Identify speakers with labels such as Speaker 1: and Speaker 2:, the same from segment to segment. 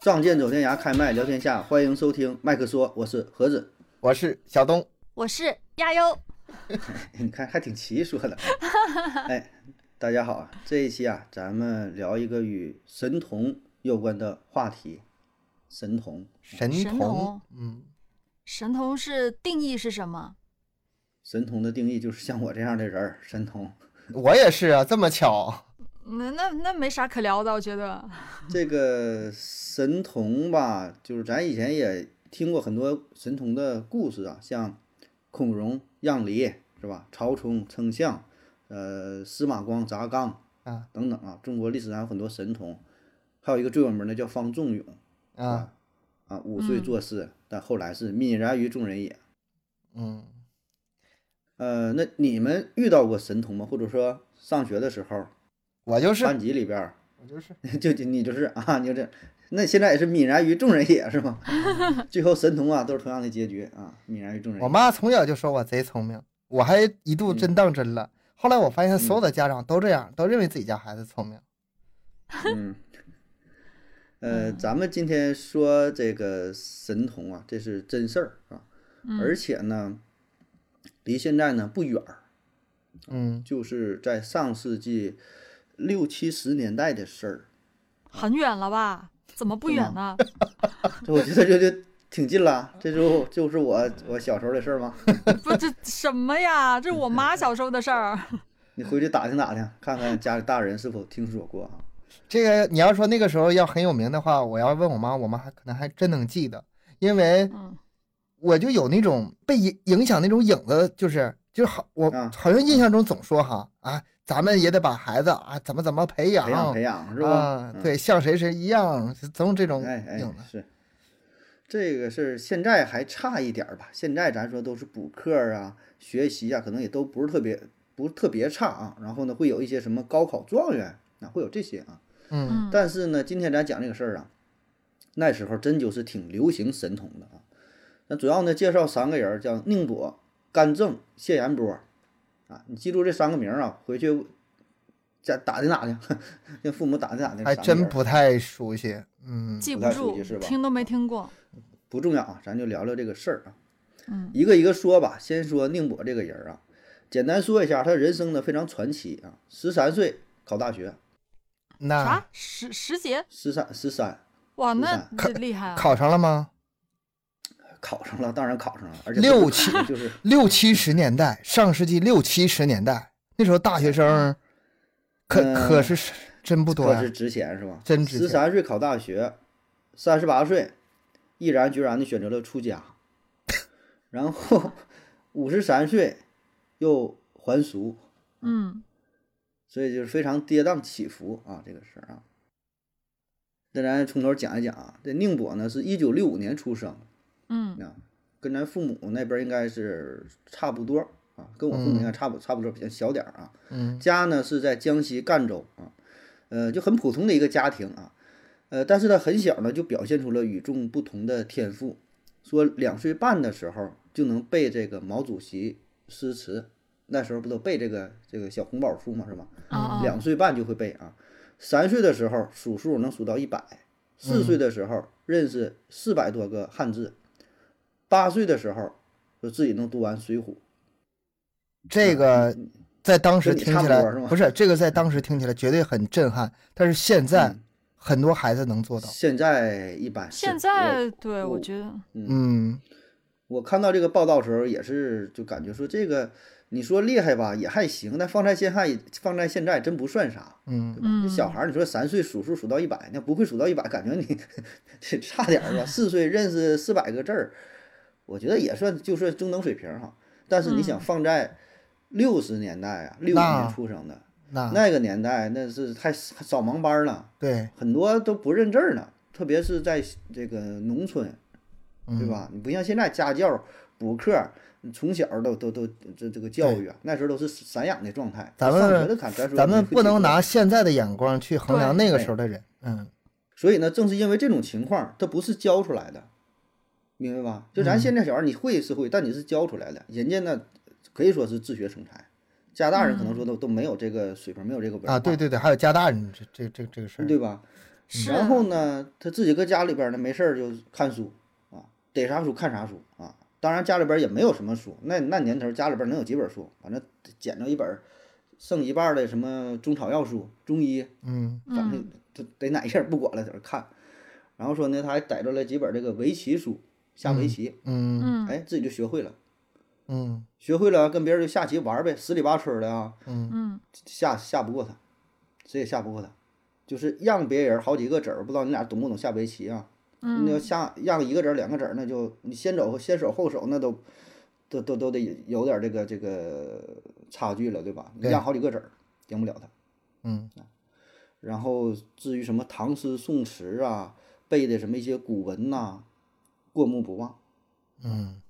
Speaker 1: 仗剑走天涯，开麦聊天下，欢迎收听麦克说，我是盒子。
Speaker 2: 我是小东，
Speaker 3: 我是亚优，
Speaker 1: 你看，还挺齐说的。哎，大家好啊！这一期啊，咱们聊一个与神童有关的话题。神童，
Speaker 2: 神
Speaker 3: 神童
Speaker 2: 嗯，
Speaker 3: 神童是定义是什么？
Speaker 1: 神童的定义就是像我这样的人儿。神童，
Speaker 2: 我也是啊，这么巧，
Speaker 3: 那嗯那那没啥可聊的，我觉得。
Speaker 1: 这个神童吧，就是咱以前也听过很多神童的故事啊，像孔融让梨是吧？曹冲称象，呃，司马光砸缸
Speaker 2: 啊
Speaker 1: 等等啊，中国历史上有很多神童，还有一个最有名的叫方仲永
Speaker 2: 啊，
Speaker 1: 啊，五岁
Speaker 3: 嗯
Speaker 1: 作诗，但后来是泯然于众人也。
Speaker 2: 嗯，
Speaker 1: 呃，那你们遇到过神童吗？或者说上学的时候，
Speaker 2: 我就是，
Speaker 1: 班级里边儿
Speaker 2: 我就是，
Speaker 1: 就就你就是啊，你就这，那现在也是泯然于众人也是吗？最后神童啊，都是同样的结局啊，泯然于众人
Speaker 2: 我
Speaker 1: 也。
Speaker 2: 妈从小就说我贼聪明，我还一度真当真了。后来我发现所有的家长都这样，都认为自己家孩子聪明。
Speaker 1: 嗯，呃，咱们今天说这个神童啊，这是真事儿啊，而且呢，离现在呢不远儿，
Speaker 2: 嗯，
Speaker 1: 就是在上世纪六七十年代的事儿。
Speaker 3: 很远了吧？怎么不远呢？
Speaker 1: 这我觉得就就挺近了，这就就是我我小时候的事儿吗？
Speaker 3: 不，这什么呀？这是我
Speaker 1: 嗯
Speaker 3: 妈小时候的事 儿。
Speaker 1: 你回去打听打听，看看家里大人是否听说过啊？
Speaker 2: 这个你要说那个时候要很有名的话，我要问我妈，我妈还可能还真能记得，因为
Speaker 3: 嗯
Speaker 2: 我就有那种被影影响那种影子，就是就是好，我
Speaker 1: 啊
Speaker 2: 好像印象中总说哈啊，咱们也得把孩子啊怎么怎么培养，
Speaker 1: 培养培养是吧
Speaker 2: 哦啊？，对，像谁谁一样，总有这种
Speaker 1: 嗯，哎哎
Speaker 2: 影子。
Speaker 1: 是，这个是现在还差一点儿吧？现在咱说都是补课啊、学习啊，可能也都不是特别不是特别差啊。然后呢，会有一些什么高考状元啊，会有这些啊。
Speaker 2: 嗯
Speaker 3: 嗯
Speaker 1: 但是呢，今天咱讲这个事儿啊，那时候真就是挺流行神童的啊。那主要呢，介绍三个人儿，叫宁波、甘正、谢延波啊。你记住这三个名儿啊，回去家打听打听， 跟父母打听打听。
Speaker 2: 还
Speaker 1: 三个人
Speaker 2: 真
Speaker 1: 嗯儿
Speaker 2: 不太熟悉。嗯，
Speaker 3: 记
Speaker 1: 不
Speaker 3: 不
Speaker 1: 太熟
Speaker 3: 住
Speaker 1: 悉是，吧
Speaker 3: 听都没听过。
Speaker 1: 不重要啊，咱就聊聊这个事儿啊。
Speaker 3: 嗯，
Speaker 1: 一个一个说吧。先说宁波这个人儿啊，简单说一下，他人生呢非常传奇啊。十三岁考大学，嗯
Speaker 2: 那
Speaker 3: 啥？十十节？
Speaker 1: 十三十三
Speaker 3: 哇，
Speaker 1: 十
Speaker 3: 那
Speaker 1: 三
Speaker 3: 这厉害啊！
Speaker 2: 考上了吗？
Speaker 1: 考上了，当然考上了，而且
Speaker 2: 六七
Speaker 1: 就是
Speaker 2: 六七十年代，上世纪六七十年代，那时候大学生可
Speaker 1: 嗯
Speaker 2: 可是真不多
Speaker 1: 可
Speaker 2: 呀
Speaker 1: 是。值钱是吧？
Speaker 2: 真值
Speaker 1: 十
Speaker 2: 钱
Speaker 1: 三岁考大学，三十八岁毅然决然的选择了出 家，然后五十三岁又还俗，
Speaker 3: 嗯，
Speaker 1: 所以就是非常跌宕起伏啊，这个事儿啊。那咱从头讲一讲啊，这宁波呢是一九六五年出生，
Speaker 3: 嗯
Speaker 1: 啊，跟咱父母那边儿应该是差不多啊，跟我父母应该差不差不多，比较小点儿啊。
Speaker 2: 嗯
Speaker 1: 家呢是在江西赣州啊，呃，就很普通的一个家庭啊，呃，但是他很小呢就表现出了与众不同的天赋，说两岁半的时候就能背这个毛主席诗词，那时候不都背这个这个小红宝书嘛，是吧？
Speaker 3: 啊啊，
Speaker 1: 嗯两岁半就会背啊，三岁的时候数数能数到一百，四
Speaker 3: 嗯
Speaker 1: 岁的时候认识四百多个汉字，八岁的时候就自己能读完《水浒》。
Speaker 2: 这个在当
Speaker 1: 嗯
Speaker 2: 时
Speaker 1: 跟你
Speaker 2: 听
Speaker 1: 差
Speaker 2: 起
Speaker 1: 不
Speaker 2: 来
Speaker 1: 多是吗
Speaker 2: 不是这个在当时听起来绝对很震撼，但是现在
Speaker 1: 嗯
Speaker 2: 很多孩子能做到。
Speaker 1: 现在一般是
Speaker 3: 现
Speaker 1: 我
Speaker 3: 在对
Speaker 1: 我
Speaker 3: 我觉得，
Speaker 2: 嗯，
Speaker 1: 我看到这个报道的时候，也是就感觉说这个，你说厉害吧，也还行，但放在现在，放在现在真不算啥，
Speaker 2: 嗯
Speaker 1: 对吧？这小孩儿，你说三岁数数数到一百，那不会数到一百，感觉你 这差点儿吧？啊四岁认识四百个字儿，我觉得也算就算中等水平哈。但是你想放在六十年代啊，六五年
Speaker 2: 那啊
Speaker 1: 出生的
Speaker 2: 那
Speaker 1: 那个年代，那是太早盲班儿了，
Speaker 2: 对，
Speaker 1: 很多都不认字儿呢，特别是在这个农村，对
Speaker 2: 嗯
Speaker 1: 吧？你不像现在家教补课，你从小都都都这这个教育啊，那时候都是散养的状态。
Speaker 2: 咱们
Speaker 1: 上学的看，咱说
Speaker 2: 嗯咱们
Speaker 1: 没
Speaker 2: 不能
Speaker 1: 几个
Speaker 2: 拿现在的眼光去衡量那个时候的人。嗯
Speaker 1: 所以呢，正是因为这种情况，它不是教出来的，明白吧？就咱现在小孩儿，你会是会，但你是教出来的，人家呢可以说是自学成才，家
Speaker 2: 啊
Speaker 1: 大人可能说都、都没有这个水平，没有这个文化，
Speaker 2: 啊，对对对，还有加大人这这这这个事儿。
Speaker 1: 啊对吧？
Speaker 3: 是
Speaker 1: 然后呢，他自己搁家里边呢，没事儿就看书啊，逮啥书看啥书啊。当然家里边也没有什么书，那那年头家里边能有几本书？反正捡着一本儿，剩一半儿的什么中草药书、中医，
Speaker 2: 嗯
Speaker 1: 反正
Speaker 3: 嗯
Speaker 1: 得得哪页儿不管了，在这儿看。然后说呢，他还逮着了几本这个围棋书，下围棋，
Speaker 2: 嗯
Speaker 3: 嗯
Speaker 1: 哎，自己就学会了。
Speaker 2: 嗯
Speaker 1: 学会了跟别人就下棋玩儿呗，十里八村儿的啊，
Speaker 2: 嗯
Speaker 3: 嗯
Speaker 1: 下下不过他，谁也下不过他，就是让别人好几个子儿，不知道你俩懂不懂下围棋啊？你要
Speaker 3: 嗯，
Speaker 1: 下让一个子儿、两个子儿，那就你先走先手后手，那都都都都得有点这个这个差距了，对吧？你
Speaker 2: 对
Speaker 1: 让好几个子儿，赢不了他。
Speaker 2: 嗯
Speaker 1: 然后至于什么唐诗宋词啊，背的什么一些古文呐、过目不忘。
Speaker 2: 嗯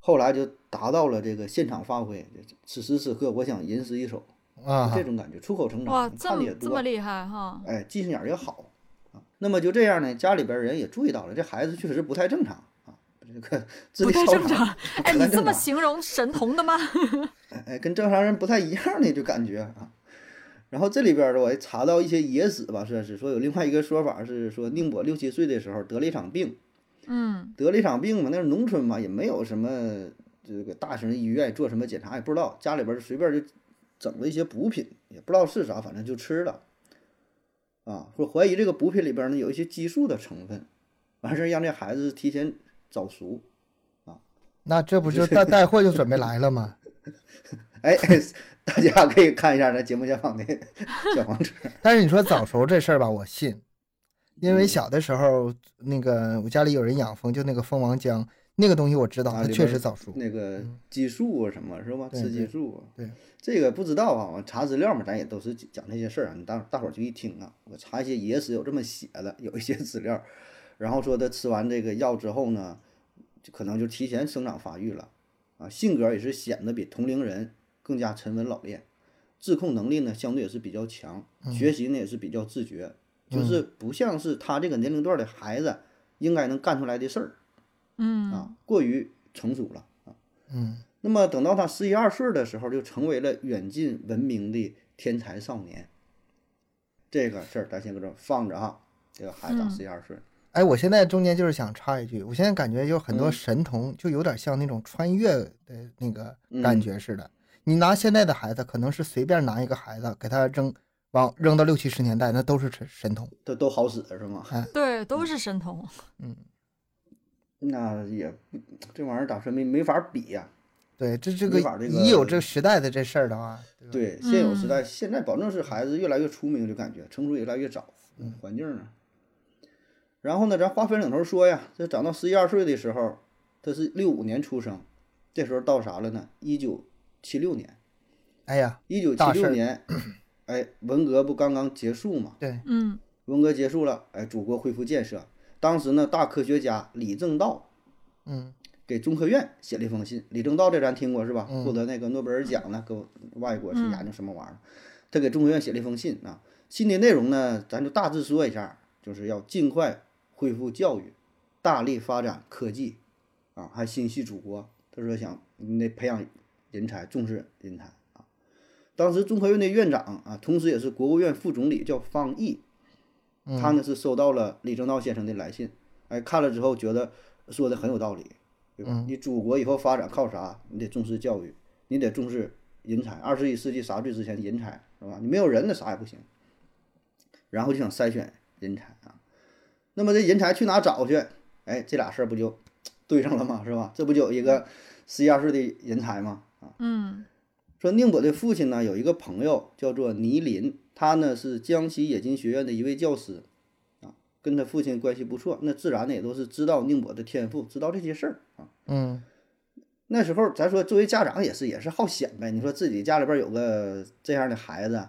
Speaker 1: 后来就达到了这个现场发挥，此时此刻我想吟诗一首，
Speaker 2: 啊
Speaker 1: 就这种感觉，出口成
Speaker 3: 哇，
Speaker 1: 章，
Speaker 3: 这
Speaker 1: 看的也
Speaker 3: 么这
Speaker 1: 多
Speaker 3: 么，厉害哈，
Speaker 1: 哎，记性眼儿也好啊。那么就这样呢，家里边人也注意到了，这孩子确实不太正常啊，这个智
Speaker 3: 不
Speaker 1: 力
Speaker 3: 太
Speaker 1: 超
Speaker 3: 正
Speaker 1: 常，
Speaker 3: 常。哎，
Speaker 1: 不太
Speaker 3: 你这
Speaker 1: 正
Speaker 3: 么
Speaker 1: 常
Speaker 3: 形容神童的吗？
Speaker 1: 哎哎，跟正常人不太一样呢，就感觉啊。然后这里边儿我还查到一些野史吧，算是说有另外一个说法是说宁波六七岁的时候得了一场病，
Speaker 3: 嗯
Speaker 1: 得了一场病嘛，那是农村嘛，也没有什么这个大型医院做什么检查也不知道，家里边儿随便就整了一些补品，也不知道是啥，反正就吃了。啊，说怀疑这个补品里边儿呢有一些激素的成分，完事儿让这孩子提前早熟。
Speaker 2: 那这不就带带货就准备来了吗？
Speaker 1: 哎， 大家可以看一下咱节目下方的小黄车。
Speaker 2: 但是你说早熟这事儿吧，我信，因
Speaker 1: 嗯
Speaker 2: 为小的时候那个我家里有人养蜂，就那个蜂王浆那个东西我知道，
Speaker 1: 啊
Speaker 2: 它
Speaker 1: 里
Speaker 2: 确
Speaker 1: 边
Speaker 2: 实早熟。
Speaker 1: 那个激素啊什么是吧？
Speaker 2: 嗯对
Speaker 1: 雌激
Speaker 2: 对
Speaker 1: 素啊，
Speaker 2: 对
Speaker 1: 这个不知道啊，我查资料嘛，咱也都是讲这些事儿啊，你大大伙儿就一听啊，我查一些野史有这么写的，有一些资料，然后说他吃完这个药之后呢，就可能就提前生长发育了啊，性格也是显得比同龄人更加沉稳老练，自控能力呢相对也是比较强，
Speaker 2: 嗯
Speaker 1: 学习呢也是比较自觉，就是不像是他这个年龄段的孩子应该能干出来的事儿
Speaker 3: 嗯
Speaker 1: 啊，过于成熟了。
Speaker 2: 嗯
Speaker 1: 那么等到他十一二岁的时候，就成为了远近闻名的天才少年。这个事儿咱先搁这儿放着哈，这个孩子
Speaker 3: 嗯
Speaker 1: 十一二岁，
Speaker 2: 哎，我现在中间就是想插一句，我现在感觉有很多
Speaker 1: 嗯
Speaker 2: 神童就有点像那种穿越的那个感
Speaker 1: 嗯
Speaker 2: 觉似的。你拿现在的孩子，可能是随便拿一个孩子给他扔往扔到六七十年代，那都是神神童。
Speaker 1: 都都好使是吗？
Speaker 3: 对，都是神童。
Speaker 2: 嗯，
Speaker 1: 那也不这玩意儿咋说没没法比呀、
Speaker 2: 对，这这
Speaker 1: 没
Speaker 2: 个
Speaker 1: 法这
Speaker 2: 已有
Speaker 1: 个
Speaker 2: 这个时代的这事儿的话，对吧
Speaker 1: 对，现有时代，现在保证是孩子越来越聪明，就感觉成熟也越来越早，环境呢。然后呢，咱话分两头说呀，这长到十一二岁的时候，他是六五年出生，这时候到啥了呢？一九七六年，
Speaker 2: 哎呀，
Speaker 1: 一九七
Speaker 2: 大事
Speaker 1: 六
Speaker 2: 儿
Speaker 1: 年，哎，文革不刚刚结束嘛？
Speaker 2: 对，
Speaker 3: 嗯
Speaker 1: 文革结束了，哎，祖国恢复建设。当时呢，大科学家李政道
Speaker 2: 嗯
Speaker 1: 给中科院写了一封信。李政道这咱听过是吧？
Speaker 2: 嗯
Speaker 1: 获得那个诺贝尔奖呢，搁外国是研究什么玩意儿？他给中科院写了一封信啊。信的内容呢，咱就大致说一下，就是要尽快恢复教育，大力发展科技，啊，还心系祖国。他说想你得培养人才，重视人才啊。当时中科院的院长啊，同时也是国务院副总理叫方毅，
Speaker 2: 嗯，
Speaker 1: 他呢是收到了李政道先生的来信，哎，看了之后觉得说的很有道理，对吧？你祖国以后发展靠啥？你得重视教育，你得重视人才。二十一世纪啥最值钱？人才是吧？你没有人，那啥也不行。然后就想筛选人才啊，那么这人才去哪找去？哎，这俩事儿不就对上了吗？是吧？这不就有一个十一二岁的人才吗？
Speaker 3: 嗯
Speaker 1: 说宁波的父亲呢有一个朋友叫做倪林，他呢是江西冶金学院的一位教师，啊，跟他父亲关系不错，那自然呢也都是知道宁波的天赋，知道这些事儿啊。
Speaker 2: 嗯
Speaker 1: 那时候咱说作为家长也是也是好显摆，你说自己家里边有个这样的孩子，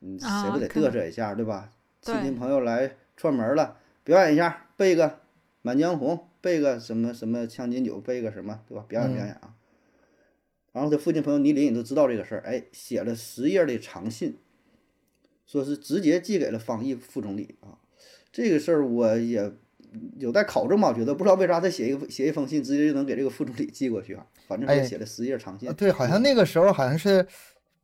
Speaker 1: 嗯，
Speaker 3: 啊
Speaker 1: 谁不得
Speaker 3: 肯
Speaker 1: 嘚瑟一下对吧？亲
Speaker 3: 对
Speaker 1: 戚朋友来串门了，表演一下，背个《满江红》，背个什么什么《将进酒》，背个什么，对吧？表演
Speaker 2: 嗯
Speaker 1: 表演啊。然后他父亲朋友倪林也都知道这个事儿，哎，写了十页的长信，说是直接寄给了方毅副总理啊。这个事儿我也有待考证吧，我觉得不知道为啥他写一个写一封信，直接就能给这个副总理寄过去啊。反正他
Speaker 2: 哎
Speaker 1: 写了十页长信，
Speaker 2: 啊对，好像那个时候好像是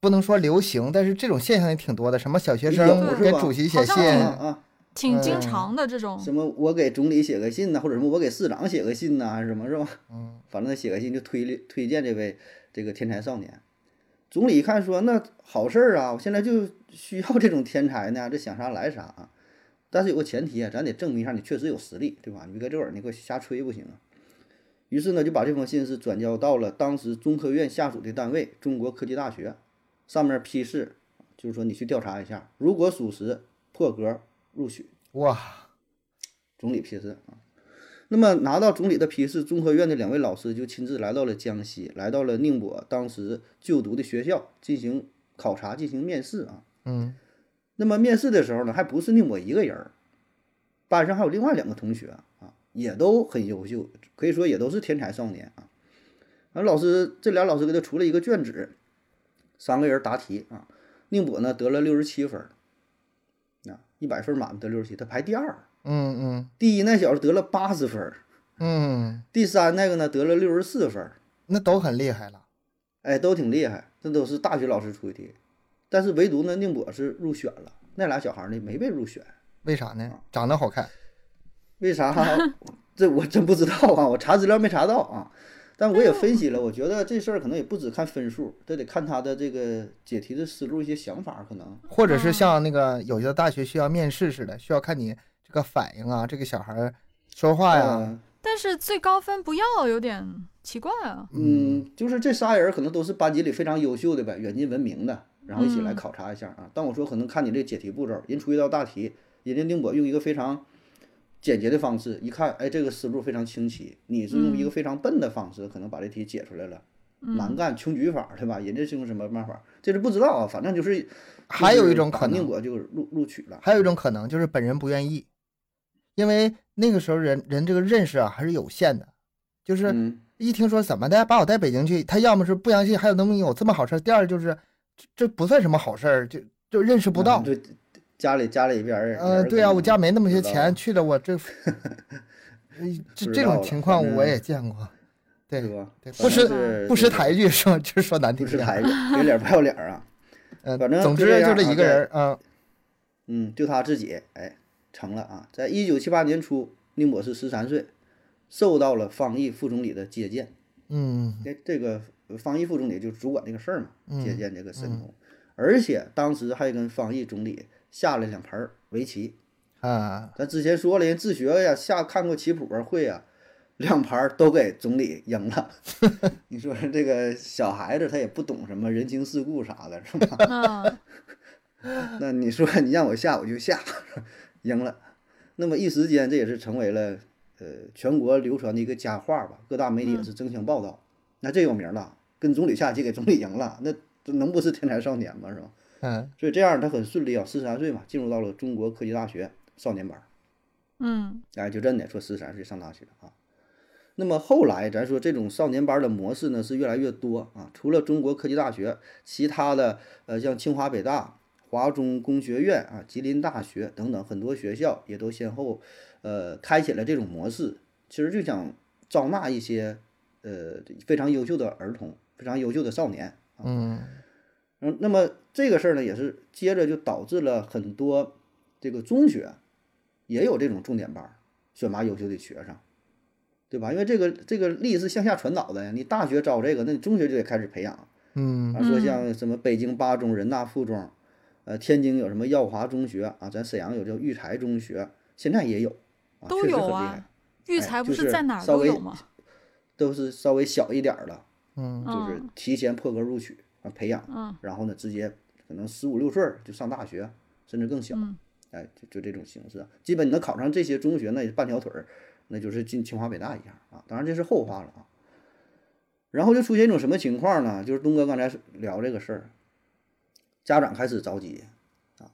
Speaker 2: 不能说流行，但是这种现象也挺多的，什么小学
Speaker 1: 有
Speaker 2: 生
Speaker 1: 是
Speaker 2: 给
Speaker 1: 吧
Speaker 2: 主席
Speaker 3: 好
Speaker 2: 写
Speaker 3: 像
Speaker 2: 信，
Speaker 1: 啊啊，
Speaker 3: 挺经
Speaker 2: 嗯
Speaker 3: 常的这种，
Speaker 1: 什么我给总理写个信呐、或者什么我给市长写个信呐、还是什么是吧？
Speaker 2: 嗯
Speaker 1: 反正他写个信就推了推荐这位这个天才少年。总理一看说：“那好事儿啊，我现在就需要这种天才呢，这想啥来啥啊。但是有个前提啊，咱得证明一下你确实有实力，对吧？你别搁这会儿你给我瞎吹不行啊。”于是呢，就把这封信是转交到了当时中科院下属的单位中国科技大学，上面批示，就是说你去调查一下，如果属实，破格录取。
Speaker 2: 哇，
Speaker 1: 总理批示啊。那么拿到总理的批示，中科院的两位老师就亲自来到了江西，来到了宁波当时就读的学校进行考察、进行面试啊。
Speaker 2: 嗯
Speaker 1: 那么面试的时候呢，还不是宁波一个人儿，班上还有另外两个同学啊，也都很优秀，可以说也都是天才少年啊。完，老师这俩老师给他出了一个卷子，三个人答题啊。宁波呢得了六十七分儿，啊，一百分满得六十七，他排第二。
Speaker 2: 嗯
Speaker 1: 第一那小子得了八十分儿，
Speaker 2: 嗯嗯，
Speaker 1: 第三那个呢得了六十四分儿，
Speaker 2: 那都很厉害了。
Speaker 1: 哎，都挺厉害，这都是大学老师出的题。但是唯独呢，宁波是入选了，那俩小孩儿呢没被入选，
Speaker 2: 为啥呢？长得好看。
Speaker 1: 为啥？这我真不知道啊，我查资料没查到啊。但我也分析了，我觉得这事儿可能也不只看分数，这得看他的这个解题的思路、一些想法，可能
Speaker 2: 或者是
Speaker 3: 嗯
Speaker 2: 像那个有些大学需要面试似的，需要看你这个反应啊，这个小孩儿说话呀，
Speaker 1: 呃
Speaker 3: 但是最高分不要有点奇怪啊。
Speaker 1: 嗯，就是这仨人可能都是班级里非常优秀的呗，远近闻名的，然后一起来
Speaker 3: 嗯
Speaker 1: 考察一下啊。但我说可能看你这解题步骤，人出一道大题，人家宁波用一个非常简洁的方式，一看，哎，这个思路非常清晰，你是用一个非常笨的方式，可能把这题解出来了，
Speaker 3: 嗯
Speaker 1: 蛮干穷举法，对吧？人家是用什么办法？这是不知道啊，反正就是
Speaker 2: 还有一种
Speaker 1: 就是
Speaker 2: 可能
Speaker 1: 宁波就录录取了，
Speaker 2: 还有一种可能就是本人不愿意，因为那个时候人人这个认识啊还是有限的，就是
Speaker 1: 嗯
Speaker 2: 一听说怎么的把我带北京去，他要么是不相信还有能有这么好事儿，第二就是这这不算什么好事儿，就就认识不到
Speaker 1: 嗯。对，家里家里边儿人，
Speaker 2: 呃，对啊，我家没那么些
Speaker 1: 不知道
Speaker 2: 钱，去 了我这这
Speaker 1: 不
Speaker 2: 这
Speaker 1: 知道了
Speaker 2: 种情
Speaker 1: 反
Speaker 2: 况
Speaker 1: 正
Speaker 2: 我也见过，对
Speaker 1: 对吧
Speaker 2: 对？
Speaker 1: 反
Speaker 2: 不识
Speaker 1: 正是
Speaker 2: 不识抬举说就说难
Speaker 1: 不
Speaker 2: 听
Speaker 1: 识
Speaker 2: 点
Speaker 1: 抬
Speaker 2: 儿，
Speaker 1: 举，给脸不要脸儿啊。
Speaker 2: 嗯，
Speaker 1: 反正
Speaker 2: 总
Speaker 1: 就
Speaker 2: 之
Speaker 1: 这
Speaker 2: 就
Speaker 1: 样
Speaker 2: 这
Speaker 1: 啊
Speaker 2: 一个
Speaker 1: 对
Speaker 2: 人儿啊，
Speaker 1: 嗯，就他自己，哎，成了啊！在一九七八年初，宁波是十三岁，受到了方毅副总理的接见。
Speaker 2: 嗯
Speaker 1: 这这个呃方毅副总理就主管这个事儿嘛，接
Speaker 2: 嗯
Speaker 1: 见这个神童，而且当时还跟方毅总理下了两盘儿围棋。
Speaker 2: 啊，
Speaker 1: 咱之前说了，人自学呀，下看过棋谱啊，会呀，两盘儿都给总理赢了。 你说这个小孩子他也不懂什么人情世故啥的，是吧？
Speaker 3: 嗯，
Speaker 1: 那你说你让我下我就下， 赢了。那么一时间，这也是成为了呃全国流传的一个佳话吧，各大媒体也是争相报道。那这有名了，跟总理下棋给总理赢了，那这能不是天才少年吗？是吧？
Speaker 2: 嗯
Speaker 1: 所以这样他很顺利啊，十三岁嘛，进入到了中国科技大学少年班。
Speaker 3: 嗯，
Speaker 1: 哎，就真的说十三岁上大学啊。那么后来咱说这种少年班的模式呢是越来越多啊，除了中国科技大学，其他的呃像清华北大、华中工学院啊、吉林大学等等很多学校也都先后呃开启了这种模式，其实就想招纳一些呃非常优秀的儿童、非常优秀的少年。
Speaker 2: 嗯
Speaker 1: 嗯，那么这个事儿呢，也是接着就导致了很多这个中学也有这种重点班儿选拔优秀的学生，对吧？因为这个这个力是向下传导的呀，你大学招这个，那你中学就得开始培养。
Speaker 2: 嗯
Speaker 1: 啊，说像什么北京八中、人大附中，呃，天津有什么耀华中学啊，咱沈阳有叫育才中学，现在也有， 啊、
Speaker 3: 都
Speaker 1: 确实
Speaker 3: 有
Speaker 1: 很厉
Speaker 3: 啊
Speaker 1: 害，
Speaker 3: 育
Speaker 1: 哎
Speaker 3: 才不
Speaker 1: 就是
Speaker 3: 在哪儿
Speaker 1: 稍
Speaker 3: 都
Speaker 1: 微
Speaker 3: 有吗？
Speaker 1: 都是稍微小一点儿的，
Speaker 2: 嗯
Speaker 1: 就是
Speaker 3: 嗯
Speaker 1: 提前破格录取啊，培养。
Speaker 3: 嗯
Speaker 1: 然后呢，直接可能十五六岁儿就上大学，甚至更小，
Speaker 3: 嗯
Speaker 1: 哎，就就这种形式啊。基本你能考上这些中学，那也半条腿儿，那就是进清华北大一样啊。当然这是后话了啊。然后就出现一种什么情况呢？就是东哥刚才聊这个事儿，家长开始着急啊，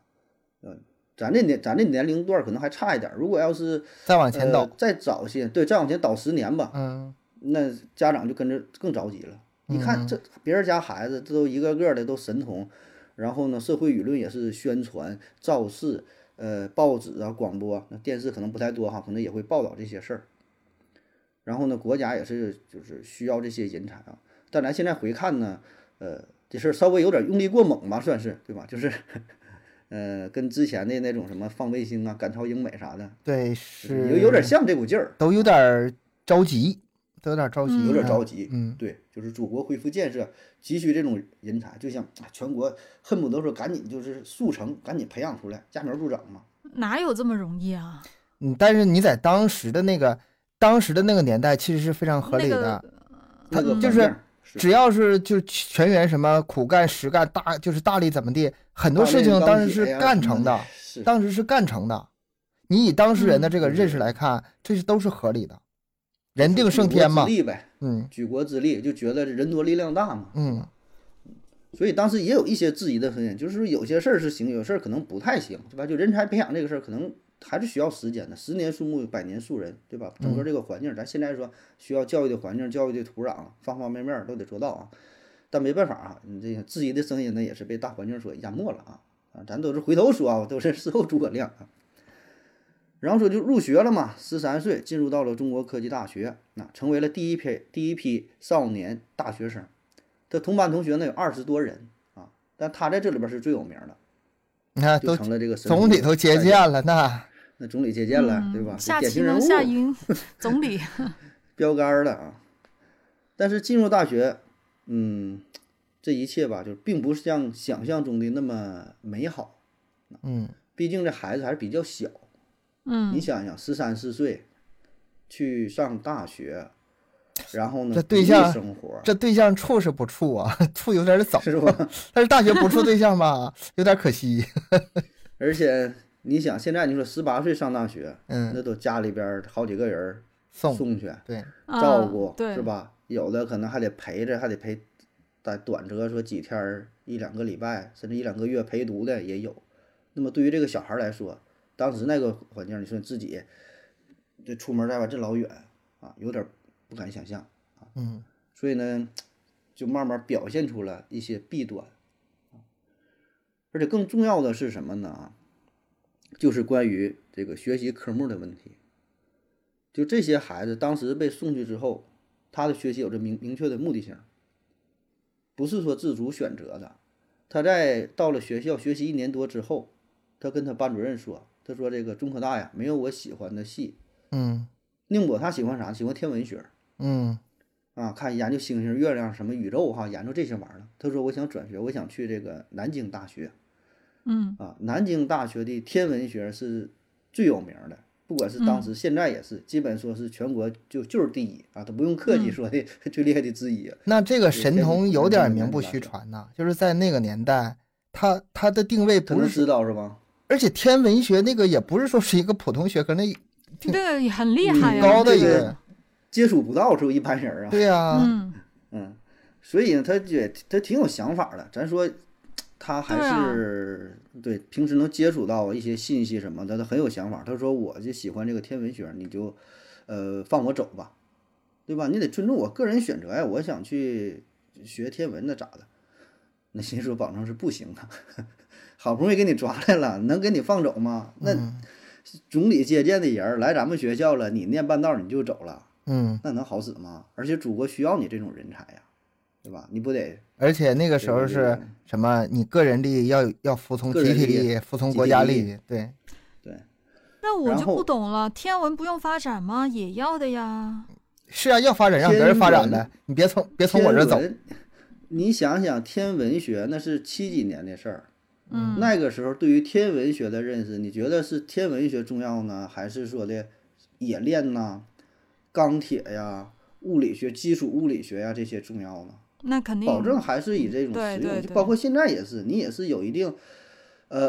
Speaker 1: 呃，咱这年咱这年龄段儿可能还差一点儿，如果要是
Speaker 2: 再往前
Speaker 1: 呃
Speaker 2: 倒，
Speaker 1: 再早些，对，再往前倒十年吧，
Speaker 2: 嗯
Speaker 1: 那家长就跟着更着急了。一看
Speaker 2: 嗯
Speaker 1: 这别人家孩子，这都一个个的都神童，然后呢，社会舆论也是宣传、造势，呃，报纸啊、广播、那电视可能不太多哈，可能也会报道这些事儿。然后呢，国家也是就是需要这些人才啊。但咱现在回看呢，呃，这事儿稍微有点用力过猛吧，算是对吧？就是呃，跟之前的那种什么放卫星啊、赶超英美啥的，
Speaker 2: 对，
Speaker 1: 就是
Speaker 2: 是
Speaker 1: 有有点，像这股劲儿，
Speaker 2: 都有点儿着急，都有点儿着急，
Speaker 3: 嗯
Speaker 1: 有点
Speaker 2: 啊
Speaker 1: 着急。
Speaker 2: 嗯，
Speaker 1: 对，就是祖国恢复建设急需这种人才，就像啊全国恨不得说赶紧就是速成，赶紧培养出来，揠苗助长嘛。
Speaker 3: 哪有这么容易啊？
Speaker 2: 嗯，但是你在当时的那个当时的那个年代，其实是非常合理
Speaker 3: 那
Speaker 2: 的。
Speaker 3: 个
Speaker 1: 那个
Speaker 3: 嗯
Speaker 1: 环
Speaker 2: 就是
Speaker 1: 境是
Speaker 2: 只要是就全员什么苦干实干大就是大力怎么地，很多
Speaker 1: 大
Speaker 2: 事
Speaker 1: 炼
Speaker 2: 情
Speaker 1: 钢
Speaker 2: 当时
Speaker 1: 铁
Speaker 2: 是
Speaker 1: 哎呀
Speaker 2: 干
Speaker 1: 什么
Speaker 2: 成
Speaker 1: 的
Speaker 2: 的，
Speaker 1: 是
Speaker 2: 当时是干成的。你以当事人的这个
Speaker 1: 嗯
Speaker 2: 认识来看，这是都是合理的，人定胜天
Speaker 1: 举
Speaker 2: 嘛
Speaker 1: 国。之力呗，
Speaker 2: 嗯
Speaker 1: 举国之力就觉得人多力量大嘛。
Speaker 2: 嗯，
Speaker 1: 所以当时也有一些质疑的声音，就是有些事儿是行，有些事儿可能不太行，对吧？就人才培养这个事儿，可能还是需要时间的，十年树木，百年树人，对吧？整个这个环境，咱现在说需要教育的环境、教育的土壤，方方面面儿都得做到啊。但没办法啊，你这个质疑的声音呢，也是被大环境所淹没了啊啊！咱都是回头说啊，都是事后诸葛亮啊。然后说就入学了嘛，十三岁进入到了中国科技大学，那成为了第一批第一批少年大学生。他同班同学呢有二十多人啊，但他在这里边是最有名的，
Speaker 2: 你看
Speaker 1: 就
Speaker 2: 都
Speaker 1: 成了这个神
Speaker 2: 总
Speaker 1: 童
Speaker 2: 理都接
Speaker 1: 代表，
Speaker 2: 见了，那
Speaker 1: 那总理接见了，
Speaker 3: 嗯
Speaker 1: 对吧？
Speaker 3: 下
Speaker 1: 典
Speaker 3: 棋
Speaker 1: 型
Speaker 3: 能
Speaker 1: 人物，
Speaker 3: 下赢 总理，
Speaker 1: 标杆儿了啊。但是进入大学，嗯，这一切吧，就是并不是像想象中的那么美好，啊
Speaker 2: 嗯
Speaker 1: 毕竟这孩子还是比较小，
Speaker 3: 嗯
Speaker 1: 你，想想，十三四岁去上大学，然后呢，
Speaker 2: 这对
Speaker 1: 独立
Speaker 2: 象
Speaker 1: 生活，
Speaker 2: 这对象处是不处啊？ 处有点早，
Speaker 1: 是吧？
Speaker 2: 但是大学不处对象吧，有点可惜。
Speaker 1: 而且你想，现在你说十八岁上大学，那
Speaker 2: 嗯，
Speaker 1: 都家里边儿好几个人儿
Speaker 2: 送
Speaker 1: 送去
Speaker 2: 对，
Speaker 3: 啊
Speaker 1: 照顾，
Speaker 3: 对
Speaker 1: 是？吧？有的可能还得陪着，还得陪，在短则说几天儿、一两个礼拜，甚至一两个月陪读的也有。那么对于这个小孩儿来说，当时那个环境，你说你自己这出门在外这老远啊，有点儿不敢想象。
Speaker 2: 嗯
Speaker 1: 所以呢，就慢慢表现出了一些弊端。啊而且更重要的是什么呢？啊，就是关于这个学习科目的问题。就这些孩子当时被送去之后，他的学习有着明明确的目的性，不是说自主选择的。他在到了学校学习一年多之后，他跟他班主任说：“他说这个中科大呀，没有我喜欢的系，
Speaker 2: 嗯
Speaker 1: 宁波他喜欢啥？喜欢天文学。”
Speaker 2: 嗯
Speaker 1: 啊，看研究星星、月亮什么宇宙哈，研究这些玩意儿了。他说我想转学，我想去这个南京大学
Speaker 3: 嗯
Speaker 1: 啊。南京大学的天文学是最有名的，不管是当
Speaker 2: 嗯
Speaker 1: 时、现在也是，基本说是全国就就是第一啊，他不用客气
Speaker 3: 嗯
Speaker 1: 说的、 最厉害的之一。
Speaker 2: 那这个
Speaker 1: 对
Speaker 2: 神
Speaker 1: 天
Speaker 2: 童
Speaker 1: 地
Speaker 2: 有
Speaker 1: 神
Speaker 2: 点
Speaker 1: 童
Speaker 2: 名
Speaker 1: 男
Speaker 2: 不
Speaker 1: 大
Speaker 2: 虚
Speaker 1: 神
Speaker 2: 传呐、就是在那个年代，他他的定位
Speaker 1: 他
Speaker 2: 不
Speaker 1: 能知
Speaker 2: 是说，
Speaker 1: 道是吧？
Speaker 2: 而且天文学那个也不是说是一个普通学科，那挺
Speaker 3: 对，很厉哎害呀，
Speaker 2: 高的
Speaker 3: 这
Speaker 2: 一
Speaker 1: 这
Speaker 2: 个，
Speaker 1: 接触不到是不是一般人儿啊？
Speaker 2: 对呀、
Speaker 3: 嗯，
Speaker 1: 嗯，所以呢，他也他挺有想法的。咱说他还
Speaker 3: 对啊
Speaker 1: 是对,、平时能接触到一些信息什么的，他很有想法。他说我就喜欢这个天文学，你就呃放我走吧，对吧？你得尊重我个人选择呀，我想去学天文的咋的？那心说保证是不行啊，好不容易给你抓来了，能给你放走吗？那
Speaker 2: 嗯
Speaker 1: 总理接见的人儿来咱们学校了，你念半道儿你就走了。
Speaker 2: 嗯，
Speaker 1: 那能好使吗？而且祖国需要你这种人才呀，对吧？你不得
Speaker 2: 而且那个
Speaker 1: 这
Speaker 2: 时候是什么？你个人利益要要服从
Speaker 1: 个
Speaker 2: 集
Speaker 1: 人
Speaker 2: 体
Speaker 1: 利益
Speaker 2: 利益，服从
Speaker 1: 集
Speaker 2: 国
Speaker 1: 体
Speaker 2: 家
Speaker 1: 利
Speaker 2: 利
Speaker 1: 益
Speaker 2: 益，对，
Speaker 3: 那我
Speaker 1: 然
Speaker 3: 就
Speaker 1: 后
Speaker 3: 不懂了，天文不用发展吗？也要的呀，
Speaker 2: 是啊，要发展让别人
Speaker 1: 天
Speaker 2: 发展
Speaker 1: 文
Speaker 2: 呗，你别从别从我这儿走，
Speaker 1: 天文你想想，天文学那是七几年的事儿，
Speaker 3: 嗯，
Speaker 1: 那个时候对于天文学的认识，你觉得是天文学重要呢，还是说的冶炼呐、钢铁呀、物理学、基础物理学呀这些重要呢？
Speaker 3: 那肯定
Speaker 1: 保证还是以这种
Speaker 3: 对
Speaker 1: 实
Speaker 3: 对
Speaker 1: 用，就
Speaker 3: 对
Speaker 1: 包括现在也是，你也是有一定，呃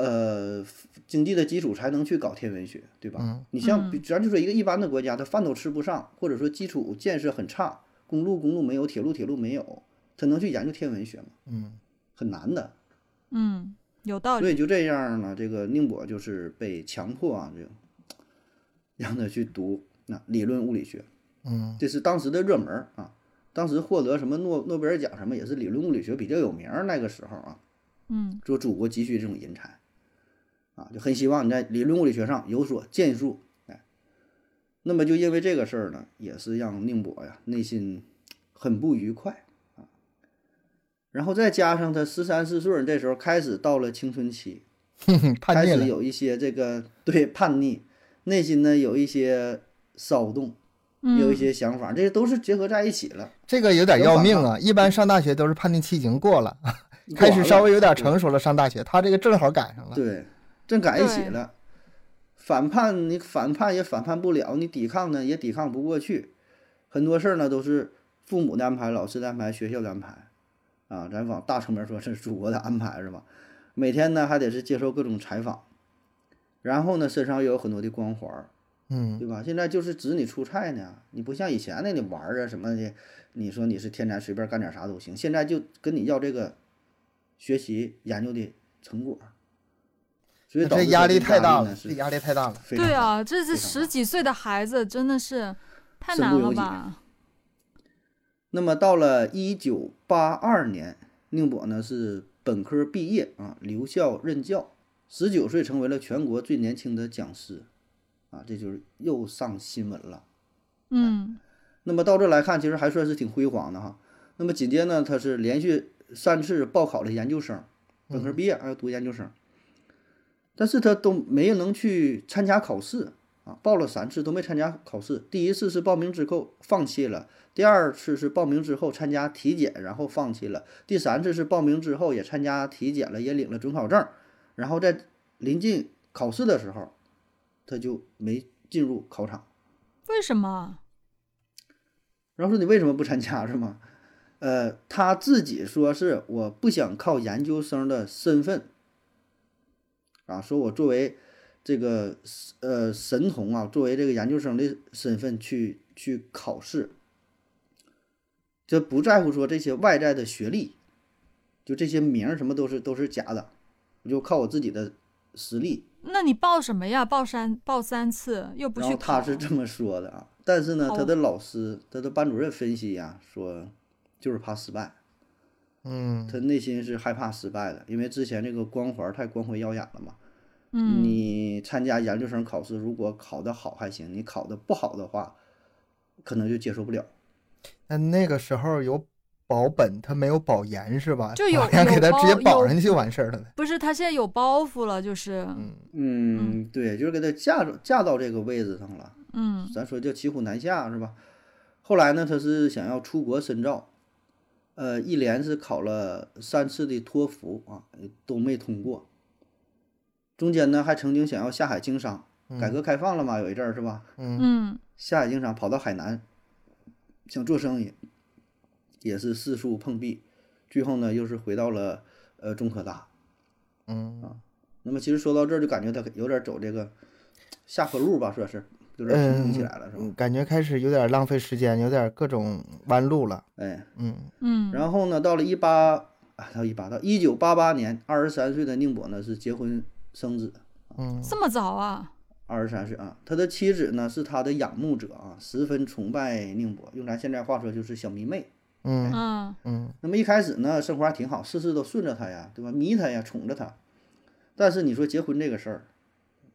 Speaker 1: 呃，经济的基础才能去搞天文学，对吧？
Speaker 2: 嗯
Speaker 1: 你像比，咱就说一个一般的国家，他饭都吃不上，或者说基础建设很差，公路公路没有，铁路铁路没有，他能去研究天文学吗？
Speaker 2: 嗯
Speaker 1: 很难的。
Speaker 3: 嗯，有道
Speaker 1: 所
Speaker 3: 理，
Speaker 1: 以就这样呢，这个宁波就是被强迫啊，就让他去读那理论物理学，
Speaker 2: 嗯
Speaker 1: 这是当时的热门儿啊。当时获得什么诺诺贝尔奖什么也是理论物理学比较有名儿，那个时候啊，
Speaker 3: 嗯
Speaker 1: 说祖国急需这种人才，啊，就很希望你在理论物理学上有所建树。哎，那么就因为这个事儿呢，也是让宁波呀内心很不愉快啊。然后再加上他十三四岁儿这时候开始到了青春期，
Speaker 2: 叛
Speaker 1: 开
Speaker 2: 逆
Speaker 1: 始
Speaker 2: 了，
Speaker 1: 有一些这个对叛逆，内心呢有一些骚动，有一
Speaker 3: 嗯，
Speaker 1: 些想法，这些都是结合在一起了。
Speaker 2: 这个有点要命
Speaker 1: 有
Speaker 2: 啊！一般上大学都是叛逆期已经过了，开
Speaker 1: 过
Speaker 2: 始
Speaker 1: 完
Speaker 2: 稍
Speaker 1: 了
Speaker 2: 微有点成熟了上大学，他这个正好赶上了。
Speaker 1: 对，正赶一起
Speaker 3: 对
Speaker 1: 了。反叛你反叛也反叛不了，你抵抗呢也抵抗不过去，很多事儿呢都是父母的安排、老师的安排、学校的安排，啊，咱往大层面说，是祖国的安排是吧？每天呢还得是接受各种采访，然后呢身上又有很多的光环儿，
Speaker 2: 嗯，
Speaker 1: 对吧？现在就是指你出菜呢，你不像以前那你玩儿啊什么的，你说你是天才，随便干点啥都行。现在就跟你要这个学习研究的成果，所以
Speaker 2: 那
Speaker 1: 导
Speaker 2: 这
Speaker 1: 致
Speaker 2: 压力太大
Speaker 1: 呢
Speaker 2: 了，这
Speaker 1: 是
Speaker 2: 压力太大了。
Speaker 1: 非常
Speaker 3: 对啊，这
Speaker 1: 非
Speaker 3: 是
Speaker 1: 常
Speaker 3: 十几岁的孩子，真的是太
Speaker 1: 身
Speaker 3: 难
Speaker 1: 不
Speaker 3: 了
Speaker 1: 由己
Speaker 3: 吧？
Speaker 1: 那么到了一九八二年，宁波呢是本科毕业啊，留校任教，十九岁成为了全国最年轻的讲师，啊，这就是又上新闻了。
Speaker 3: 嗯，
Speaker 1: 那么到这来看，其实还算是挺辉煌的哈。那么紧接呢，他是连续三次报考了研究生，本科毕业还要读研究生，但是他都没有能去参加考试啊，报了三次都没参加考试。第一次是报名之后放弃了，第二次是报名之后参加体检，然后放弃了，第三次是报名之后也参加体检了，也领了准考证，然后在临近考试的时候，他就没进入考场。
Speaker 3: 为什么？
Speaker 1: 然后说你为什么不参加是吗？呃，他自己说是我不想靠研究生的身份，啊，说我作为这个呃神童啊，作为这个研究生的身份去去考试，这不在乎说这些外在的学历，就这些名儿什么都是都是假的，我就靠我自己的实力
Speaker 3: 那你报什么呀？报三报三次，又不
Speaker 1: 然
Speaker 3: 去
Speaker 1: 后他
Speaker 3: 考。
Speaker 1: 是这么说的啊，但是呢，
Speaker 3: 哦
Speaker 1: 他的老师、他的班主任分析呀、说就是怕失败，
Speaker 2: 嗯，
Speaker 1: 他内心是害怕失败的，因为之前这个光环太光辉耀眼了嘛。
Speaker 3: 嗯，
Speaker 1: 你参加研究生考试，如果考得好还行，你考得不好的话，可能就接受不了。
Speaker 2: 那那个时候有保本，他没有保研是吧？
Speaker 3: 就有
Speaker 2: 保研
Speaker 3: 有
Speaker 2: 给他直接
Speaker 3: 包
Speaker 2: 保
Speaker 3: 有
Speaker 2: 上去就完事儿了呗。
Speaker 3: 不是，他现在有包袱了，就是，
Speaker 2: 嗯，
Speaker 1: 嗯，对，就是给他架着架到这个位置上了。
Speaker 3: 嗯
Speaker 1: 咱说叫骑虎难下是吧？后来呢，他是想要出国深造，呃，一连是考了三次的托福啊，都没通过。中间呢，还曾经想要下海经商，
Speaker 2: 嗯
Speaker 1: 改革开放了嘛，有一阵儿是吧？
Speaker 3: 嗯
Speaker 1: 下海经商跑到海南，想做生意，也是四处碰壁，最后呢，又是回到了呃中科大。
Speaker 2: 嗯
Speaker 1: 那么其实说到这儿，就感觉他有点走这个下坡路吧，算是有点平衡起来了，是吧
Speaker 2: 嗯，？感觉开始有点浪费时间，有点各种弯路了。
Speaker 1: 哎，
Speaker 2: 嗯
Speaker 3: 嗯
Speaker 1: 然后呢，到了一八啊，到一八到一九八八年，二十三岁的宁波呢是结婚生子，
Speaker 2: 嗯
Speaker 3: 这么早啊？
Speaker 1: 二十三岁啊，他的妻子呢是他的仰慕者啊，十分崇拜宁波，用咱现在话说就是小迷妹。哎
Speaker 2: 嗯
Speaker 3: 嗯
Speaker 2: 嗯
Speaker 1: 那么一开始呢，生活还挺好，事事都顺着他呀，对吧？迷他呀，宠着他。但是你说结婚这个事儿，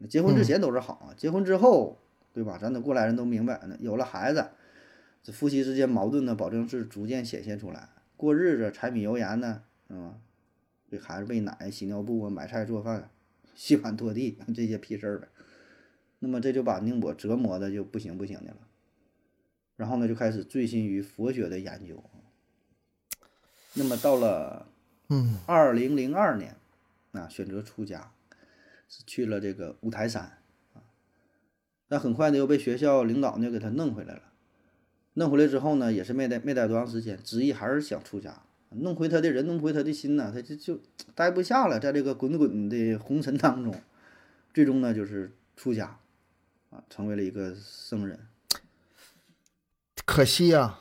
Speaker 1: 结婚之前都是好啊，结婚之后，对吧？咱得过来人都明白，那有了孩子，这夫妻之间矛盾呢，保证是逐渐显现出来。过日子，柴米油盐呢，嗯，给孩子喂奶、洗尿布啊、买菜做饭、洗碗拖地 这些屁事儿呗。那么这就把宁波折磨的就不行不行的了。然后呢，就开始醉心于佛学的研究。那么到了
Speaker 2: 嗯
Speaker 1: 二零零二年，啊，选择出家，是去了这个五台山啊。但很快呢，又被学校领导呢给他弄回来了。弄回来之后呢，也是没待没待多长时间，执意还是想出家。弄回他的人，弄回他的心呐、他就就待不下了，在这个滚滚的红尘当中，最终呢就是出家，啊，成为了一个僧人。
Speaker 2: 可惜呀、啊，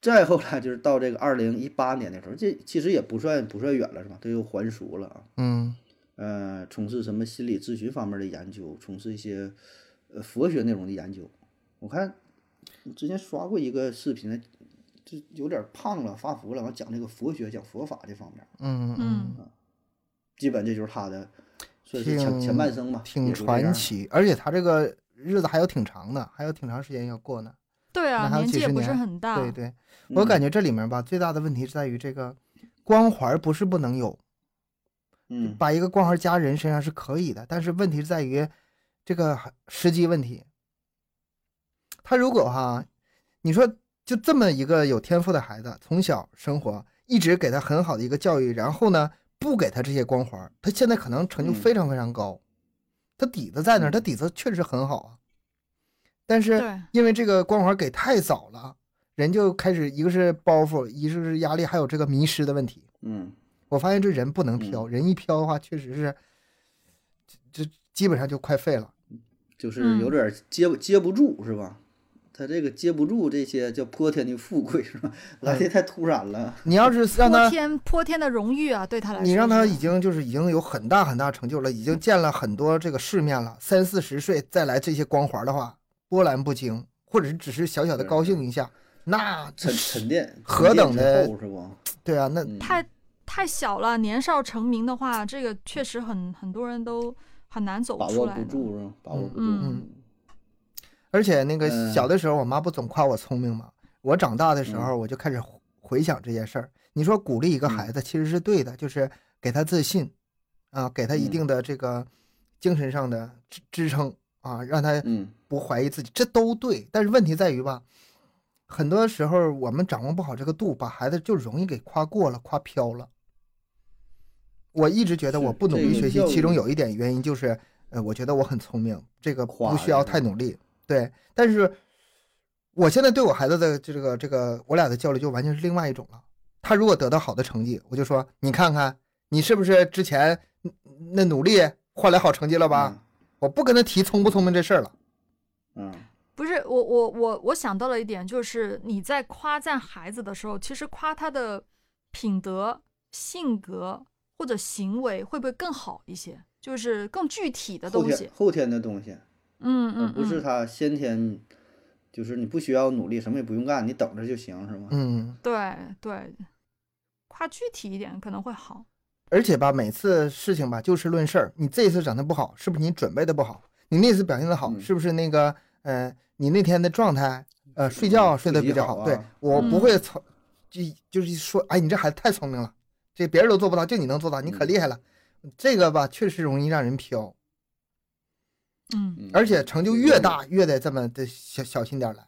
Speaker 1: 再后来就是到这个二零一八年的时候，这其实也不算不算远了，是吧？他又还俗了啊。
Speaker 2: 嗯
Speaker 1: 呃，从事什么心理咨询方面的研究，从事一些呃佛学内容的研究。我看之前刷过一个视频，这有点胖了，发福了，完讲这个佛学、讲佛法这方面，
Speaker 2: 嗯
Speaker 3: 嗯，
Speaker 1: 基本这就是他的算是
Speaker 2: 挺
Speaker 1: 前前半生吧，也
Speaker 2: 挺
Speaker 1: 就这样
Speaker 2: 传。奇，而且他这个日子还有挺长的，还有挺长时间要过呢。
Speaker 3: 对啊，
Speaker 2: 那还有
Speaker 3: 年纪
Speaker 2: 几
Speaker 3: 也
Speaker 2: 十
Speaker 3: 不是
Speaker 2: 年
Speaker 3: 很大。
Speaker 2: 对对，
Speaker 1: 嗯
Speaker 2: 我感觉这里面吧，最大的问题是在于这个光环不是不能有，
Speaker 1: 嗯
Speaker 2: 把一个光环加人身上是可以的，但是问题是在于这个时机问题。他如果哈，你说就这么一个有天赋的孩子，从小生活一直给他很好的一个教育，然后呢不给他这些光环，他现在可能成就
Speaker 1: 嗯
Speaker 2: 非常非常高，他底子在那儿，
Speaker 1: 嗯
Speaker 2: 他底子确实很好啊，但是
Speaker 3: 对
Speaker 2: 因为这个光环给太早了，人就开始一个是包袱，一个是压力，还有这个迷失的问题。
Speaker 1: 嗯
Speaker 2: 我发现这人不能飘，人一飘的话，确实是，这这基本上就快废了。
Speaker 1: 就是有
Speaker 3: 嗯
Speaker 1: 点儿接不接不住是吧？他这个接不住这些叫泼天的富贵是吧？来的太突然了，
Speaker 2: 你要是让
Speaker 3: 泼
Speaker 2: 他，
Speaker 3: 天泼天的荣誉啊，对他来说是，
Speaker 2: 你让他已经就是已经有很大很大成就了，已经见了很多这个世面了，三四十岁再来这些光环的话，波澜不惊，或者是只是小小的
Speaker 1: 是
Speaker 2: 高兴一下，那
Speaker 1: 沉沉淀
Speaker 2: 何
Speaker 1: 沉淀
Speaker 2: 等
Speaker 1: 之
Speaker 2: 的
Speaker 1: 后是不？
Speaker 2: 对啊，那
Speaker 1: 嗯
Speaker 3: 太太小了，年少成名的话，这个确实很很多人都很难走
Speaker 1: 把
Speaker 3: 出
Speaker 1: 握
Speaker 3: 来
Speaker 1: 不
Speaker 3: 的。
Speaker 1: 住是吧？把握不住，
Speaker 3: 嗯
Speaker 2: 而且那个
Speaker 1: 嗯
Speaker 2: 小的时候，我妈不总夸我聪明嘛。我长大的时候，我就开始回回想这件事儿。你说鼓励一个孩子其实是对的，就是给他自信，啊，给他一
Speaker 1: 嗯
Speaker 2: 定的这个精神上的支支撑啊，让他
Speaker 1: 嗯
Speaker 2: 不怀疑自己，这都对。但是问题在于吧，很多时候我们掌握不好这个度，把孩子就容易给夸过了、夸飘了。我一直觉得
Speaker 1: 是
Speaker 2: 我不努
Speaker 1: 这个
Speaker 2: 力学习
Speaker 1: 教，
Speaker 2: 其中
Speaker 1: 育
Speaker 2: 有一点原因就是，呃，我觉得我很聪明，这个
Speaker 1: 夸
Speaker 2: 不需要
Speaker 1: 是吧
Speaker 2: 太努力。对，但是我现在对我孩子的这个这个，我俩的交流就完全是另外一种了。他如果得到好的成绩，我就说你看看你是不是之前嗯那努力换来好成绩了吧？我不跟他提聪不聪明这事儿了。
Speaker 1: 嗯？嗯，
Speaker 3: 不是我我我我想到了一点，就是你在夸赞孩子的时候，其实夸他的品德、性格或者行为会不会更好一些？就是更具体的
Speaker 1: 后
Speaker 3: 东
Speaker 1: 天
Speaker 3: 西。
Speaker 1: 后天的东西，
Speaker 3: 嗯
Speaker 1: 而
Speaker 3: 嗯，
Speaker 1: 不是
Speaker 3: 嗯
Speaker 1: 他先天，就是你不需要努力，什么也不用干，你等着就行是吗？
Speaker 2: 嗯，
Speaker 3: 对对，夸具体一点可能会好。
Speaker 2: 而且吧，每次事情吧就事论事儿。你这一次整的不好，是不是你准备的不好？你那次表现的好，
Speaker 1: 嗯
Speaker 2: 是不是那个呃，你那天的状态呃，睡觉睡得比较好？
Speaker 1: 自己
Speaker 2: 对
Speaker 1: 好啊
Speaker 2: 我
Speaker 3: 嗯
Speaker 2: 不会从就就是说，哎，你这孩子太聪明了，这别人都做不到，就你能做到，你可
Speaker 1: 嗯
Speaker 2: 厉害了。这个吧，确实容易让人飘，
Speaker 3: 嗯
Speaker 1: 嗯
Speaker 2: 而且成就越，大，越得这么的小小心点儿来。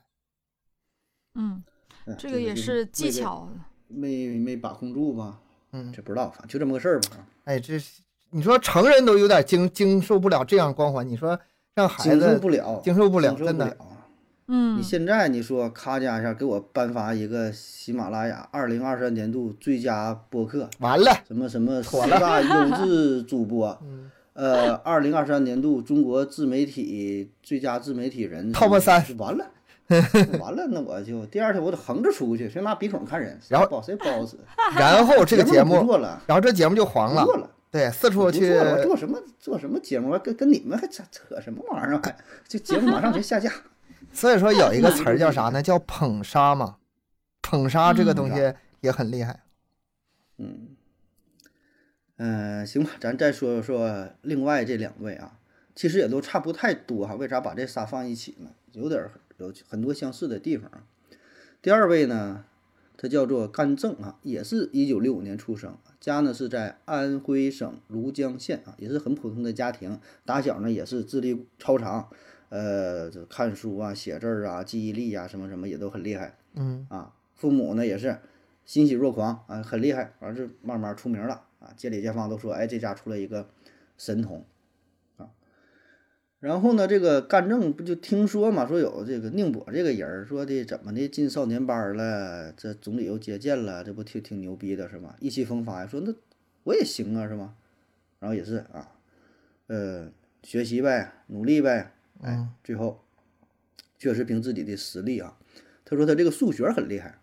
Speaker 3: 嗯，
Speaker 1: 嗯
Speaker 3: 这个也
Speaker 1: 就是
Speaker 3: 技
Speaker 1: 没被
Speaker 3: 巧。
Speaker 1: 没没把控住吧？
Speaker 2: 嗯，
Speaker 1: 这不知道，反正就这么个事儿吧。啊
Speaker 2: 哎，这是你说成人都有点经经受不了这样光环，你说让孩
Speaker 1: 经受
Speaker 2: 子
Speaker 1: 不了，
Speaker 2: 经受不了
Speaker 1: 经
Speaker 2: 真的
Speaker 3: 嗯
Speaker 1: 你，现在你说咔家一下给我颁发一个喜马拉雅二零二三年度最佳播客，
Speaker 2: 完了。
Speaker 1: 什么什 么十
Speaker 2: 妥了，
Speaker 1: 大优质主播
Speaker 2: 嗯，
Speaker 1: 呃，二零二三年度中国自媒体最佳自媒体人
Speaker 2: Top 三
Speaker 1: 就完 了。完了，那我就第二天我得横着出去，谁拿鼻孔看人，
Speaker 2: 然后
Speaker 1: 谁保谁包死。
Speaker 2: 然后这个节
Speaker 1: 不
Speaker 2: 目，
Speaker 1: 做了，
Speaker 2: 然后这节目就黄
Speaker 1: 不
Speaker 2: 了，
Speaker 1: 做了，
Speaker 2: 对，四
Speaker 1: 不
Speaker 2: 处去
Speaker 1: 做了，我做什么做什么节目啊，跟跟你们还扯扯什么玩意儿啊？这节目马上就下架。
Speaker 2: 所以说有一个词儿叫啥呢？叫捧杀嘛。捧杀这个东西也很厉害。
Speaker 1: 嗯，嗯、行吧，咱再说说另外这两位啊，其实也都差不太多哈、为啥把这仨放一起呢？有点儿有很多相似的地方啊。第二位呢，他叫做甘正啊，也是一九六五年出生，啊家呢是在安徽省庐江县啊，也是很普通的家庭，打小呢也是智力超常，呃，就看书啊、写字儿啊、记忆力啊什么什么也都很厉害。
Speaker 2: 嗯，
Speaker 1: 啊，父母呢也是欣喜若狂啊，很厉害，完就慢慢出名了啊，街里街坊都说，哎，这家出了一个神童啊。然后呢，这个干政不就听说嘛，说有这个宁波这个人儿说的怎么的进少年班儿了，这总理又接见了，这不挺挺牛逼的是吗？意气风发呀，说那我也行啊，是吗？然后也是啊，呃，学习呗，努力呗，哎
Speaker 2: 嗯，
Speaker 1: 最后确实凭自己的实力啊。他说他这个数学很厉害，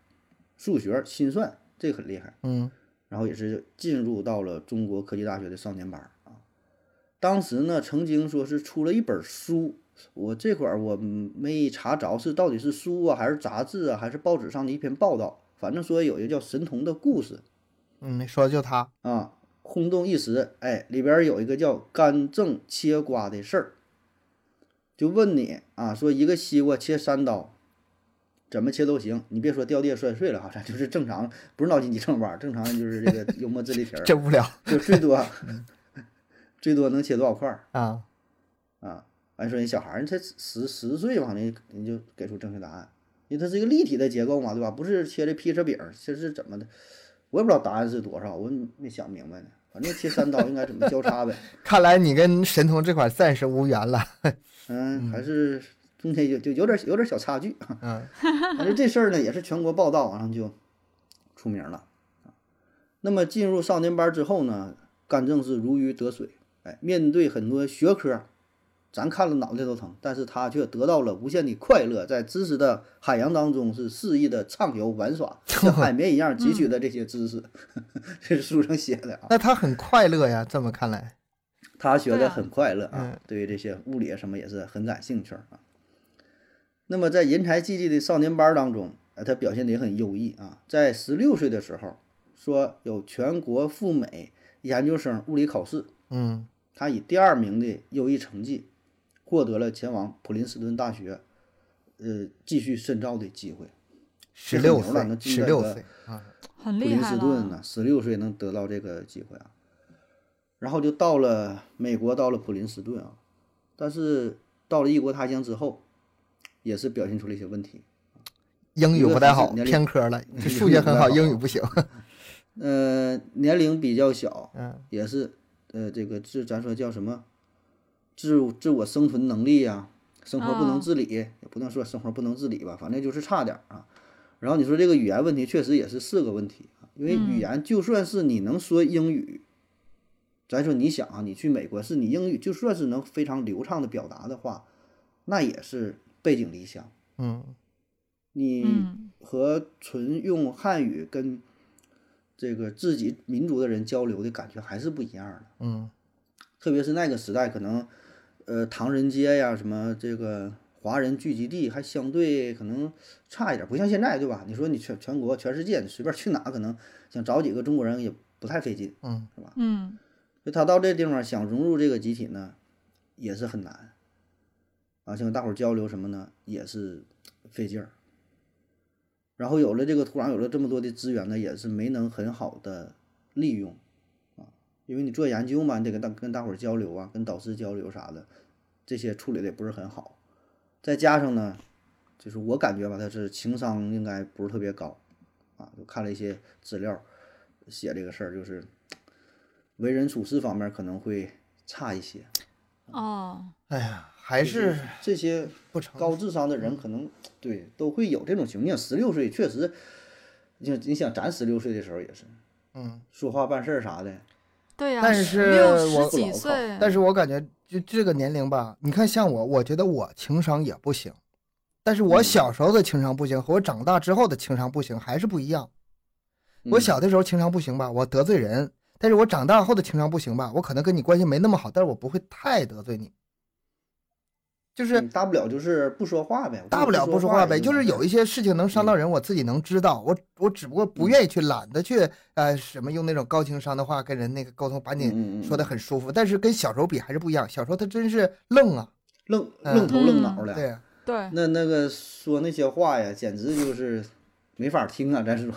Speaker 1: 数学心算这个很厉害，
Speaker 2: 嗯，
Speaker 1: 然后也是进入到了中国科技大学的少年班儿啊。当时呢，曾经说是出了一本书，我这块儿我没查着是到底是书啊，还是杂志啊，还是报纸上的一篇报道，反正说有一个叫《神童的故事》。
Speaker 2: 嗯，说的就他。
Speaker 1: 啊，轰动一时。哎，里边儿有一个叫干政切瓜的事儿，就问你啊，说一个西瓜切三刀，怎么切都行，你别说掉跌摔碎了哈，咱就是正常，不是脑筋急转弯儿，正常就是这个幽默智力题儿，
Speaker 2: 真无聊
Speaker 1: 就最多 最多能切多少块儿
Speaker 2: 啊！
Speaker 1: 啊？按说人小孩儿，你才十十岁嘛，你你就给出正确答案，因为它是一个立体的结构嘛，对吧？不是切这披萨饼儿，这是怎么的？我也不知道答案是多少，我也没想明白呢。反正切三刀应该怎么交叉呗。
Speaker 2: 看来你跟神童这块暂时无缘 了。
Speaker 1: 嗯，还是中间有就有点有点小差距。
Speaker 2: 嗯
Speaker 1: 反正这事儿呢也是全国报道，然后就出名了。啊那么进入少年班之后呢，干政是如鱼得水。哎，面对很多学科，咱看了脑袋都疼，但是他却得到了无限的快乐，在知识的海洋当中是肆意的畅游玩耍，像海绵一样汲取的这些知识。 这是书上写的啊，
Speaker 2: 那他很快乐呀，这么看来，
Speaker 1: 他学
Speaker 3: 对
Speaker 1: 的
Speaker 3: 啊
Speaker 1: 很快乐啊
Speaker 2: 嗯，
Speaker 1: 对于这些物理啊什么也是很感兴趣儿啊。那么在人才济济的少年班当中，啊，他表现得也很优异啊。在十六岁的时候，说有全国赴美研究生物理考试，
Speaker 2: 嗯
Speaker 1: 他以第二名的优异成绩，获得了前往普林斯顿大学，呃，继续深造的机会。
Speaker 2: 十六
Speaker 1: 这很牛了那
Speaker 2: 岁，
Speaker 1: 进
Speaker 2: 十
Speaker 1: 这
Speaker 2: 六
Speaker 1: 个
Speaker 2: 岁啊，
Speaker 3: 很
Speaker 1: 普
Speaker 3: 厉
Speaker 1: 林
Speaker 3: 害
Speaker 1: 斯顿
Speaker 3: 了。
Speaker 1: 呢，十六岁能得到这个机会啊，然后就到了美国，到了普林斯顿啊，但是到了异国他乡之后，也是表现出了一些问题。
Speaker 2: 英语不太好，
Speaker 1: 一个很简单的
Speaker 2: 偏科了。
Speaker 1: 嗯
Speaker 2: 这数学很好，
Speaker 1: 英语不太好
Speaker 2: 英语不行。
Speaker 1: 呃，年龄比较小，
Speaker 2: 嗯
Speaker 1: 也是呃，这个自咱说叫什么，自自我生存能力呀、生活不能
Speaker 3: 哦
Speaker 1: 自理，也不能说生活不能自理吧，反正就是差点儿啊。然后你说这个语言问题，确实也是是个问题啊，因为语
Speaker 3: 嗯
Speaker 1: 言就算是你能说英语，咱说你想啊，你去美国是你英语就算是能非常流畅的表达的话，那也是背井离乡，
Speaker 2: 嗯，
Speaker 1: 你。
Speaker 3: 嗯，
Speaker 1: 和纯用汉语跟这个自己民族的人交流的感觉还是不一样的。
Speaker 2: 嗯，
Speaker 1: 特别是那个时代，可能呃唐人街呀，什么这个华人聚集地还相对可能差一点，不像现在对吧？你说你全全国、全世界，你随便去哪，可能想找几个中国人也不太费劲，
Speaker 2: 嗯
Speaker 1: 是吧？
Speaker 3: 嗯，
Speaker 1: 就他到这地方想融入这个集体呢，也是很难。啊，想跟大伙儿交流什么呢，也是费劲儿。然后有了这个土壤，有了这么多的资源呢，也是没能很好的利用啊，因为你做研究嘛，你得跟大跟大伙儿交流啊，跟导师交流啥的，这些处理的也不是很好。再加上呢，就是我感觉吧，他是情商应该不是特别高啊，就看了一些资料，写这个事儿就是为人处事方面可能会差一些，
Speaker 3: 哦，
Speaker 2: 哎呀，还
Speaker 1: 就是这些
Speaker 2: 不成
Speaker 1: 高智商的人可能对都会有这种情况。十六岁确实，就你想咱十六岁的时候也是
Speaker 2: 嗯，
Speaker 1: 说话办事儿啥的，
Speaker 3: 对呀、
Speaker 2: 但
Speaker 3: 十
Speaker 2: 是
Speaker 3: 六
Speaker 2: 我
Speaker 3: 十
Speaker 1: 不
Speaker 3: 几
Speaker 1: 牢靠
Speaker 3: 岁，
Speaker 2: 但是我感觉就这个年龄吧，你看像我，我觉得我情商也不行，但是我
Speaker 1: 嗯
Speaker 2: 小时候的情商不行和我长大之后的情商不行还是不一样。我
Speaker 1: 嗯
Speaker 2: 小的时候情商不行吧，我得罪人；但是我长大后的情商不行吧，我可能跟你关系没那么好，但是我不会太得罪你。就是
Speaker 1: 嗯大不了就是不说话呗，
Speaker 2: 大不了不
Speaker 1: 说
Speaker 2: 说话呗，
Speaker 1: 也啊
Speaker 2: 就是有一些事情能伤到人，我自己能知道，我我只不过不
Speaker 1: 嗯
Speaker 2: 愿意去，懒得去，呃，什么用那种高情商的话跟人那个沟通，把你
Speaker 1: 嗯嗯嗯
Speaker 2: 说的很舒服。但是跟小时候比还是不一样，小时候他真是愣啊，
Speaker 1: 愣
Speaker 2: 嗯
Speaker 1: 愣头愣脑的，
Speaker 2: 对啊，
Speaker 3: 对，
Speaker 1: 那那个说那些话呀，简直就是没法听啊！咱说，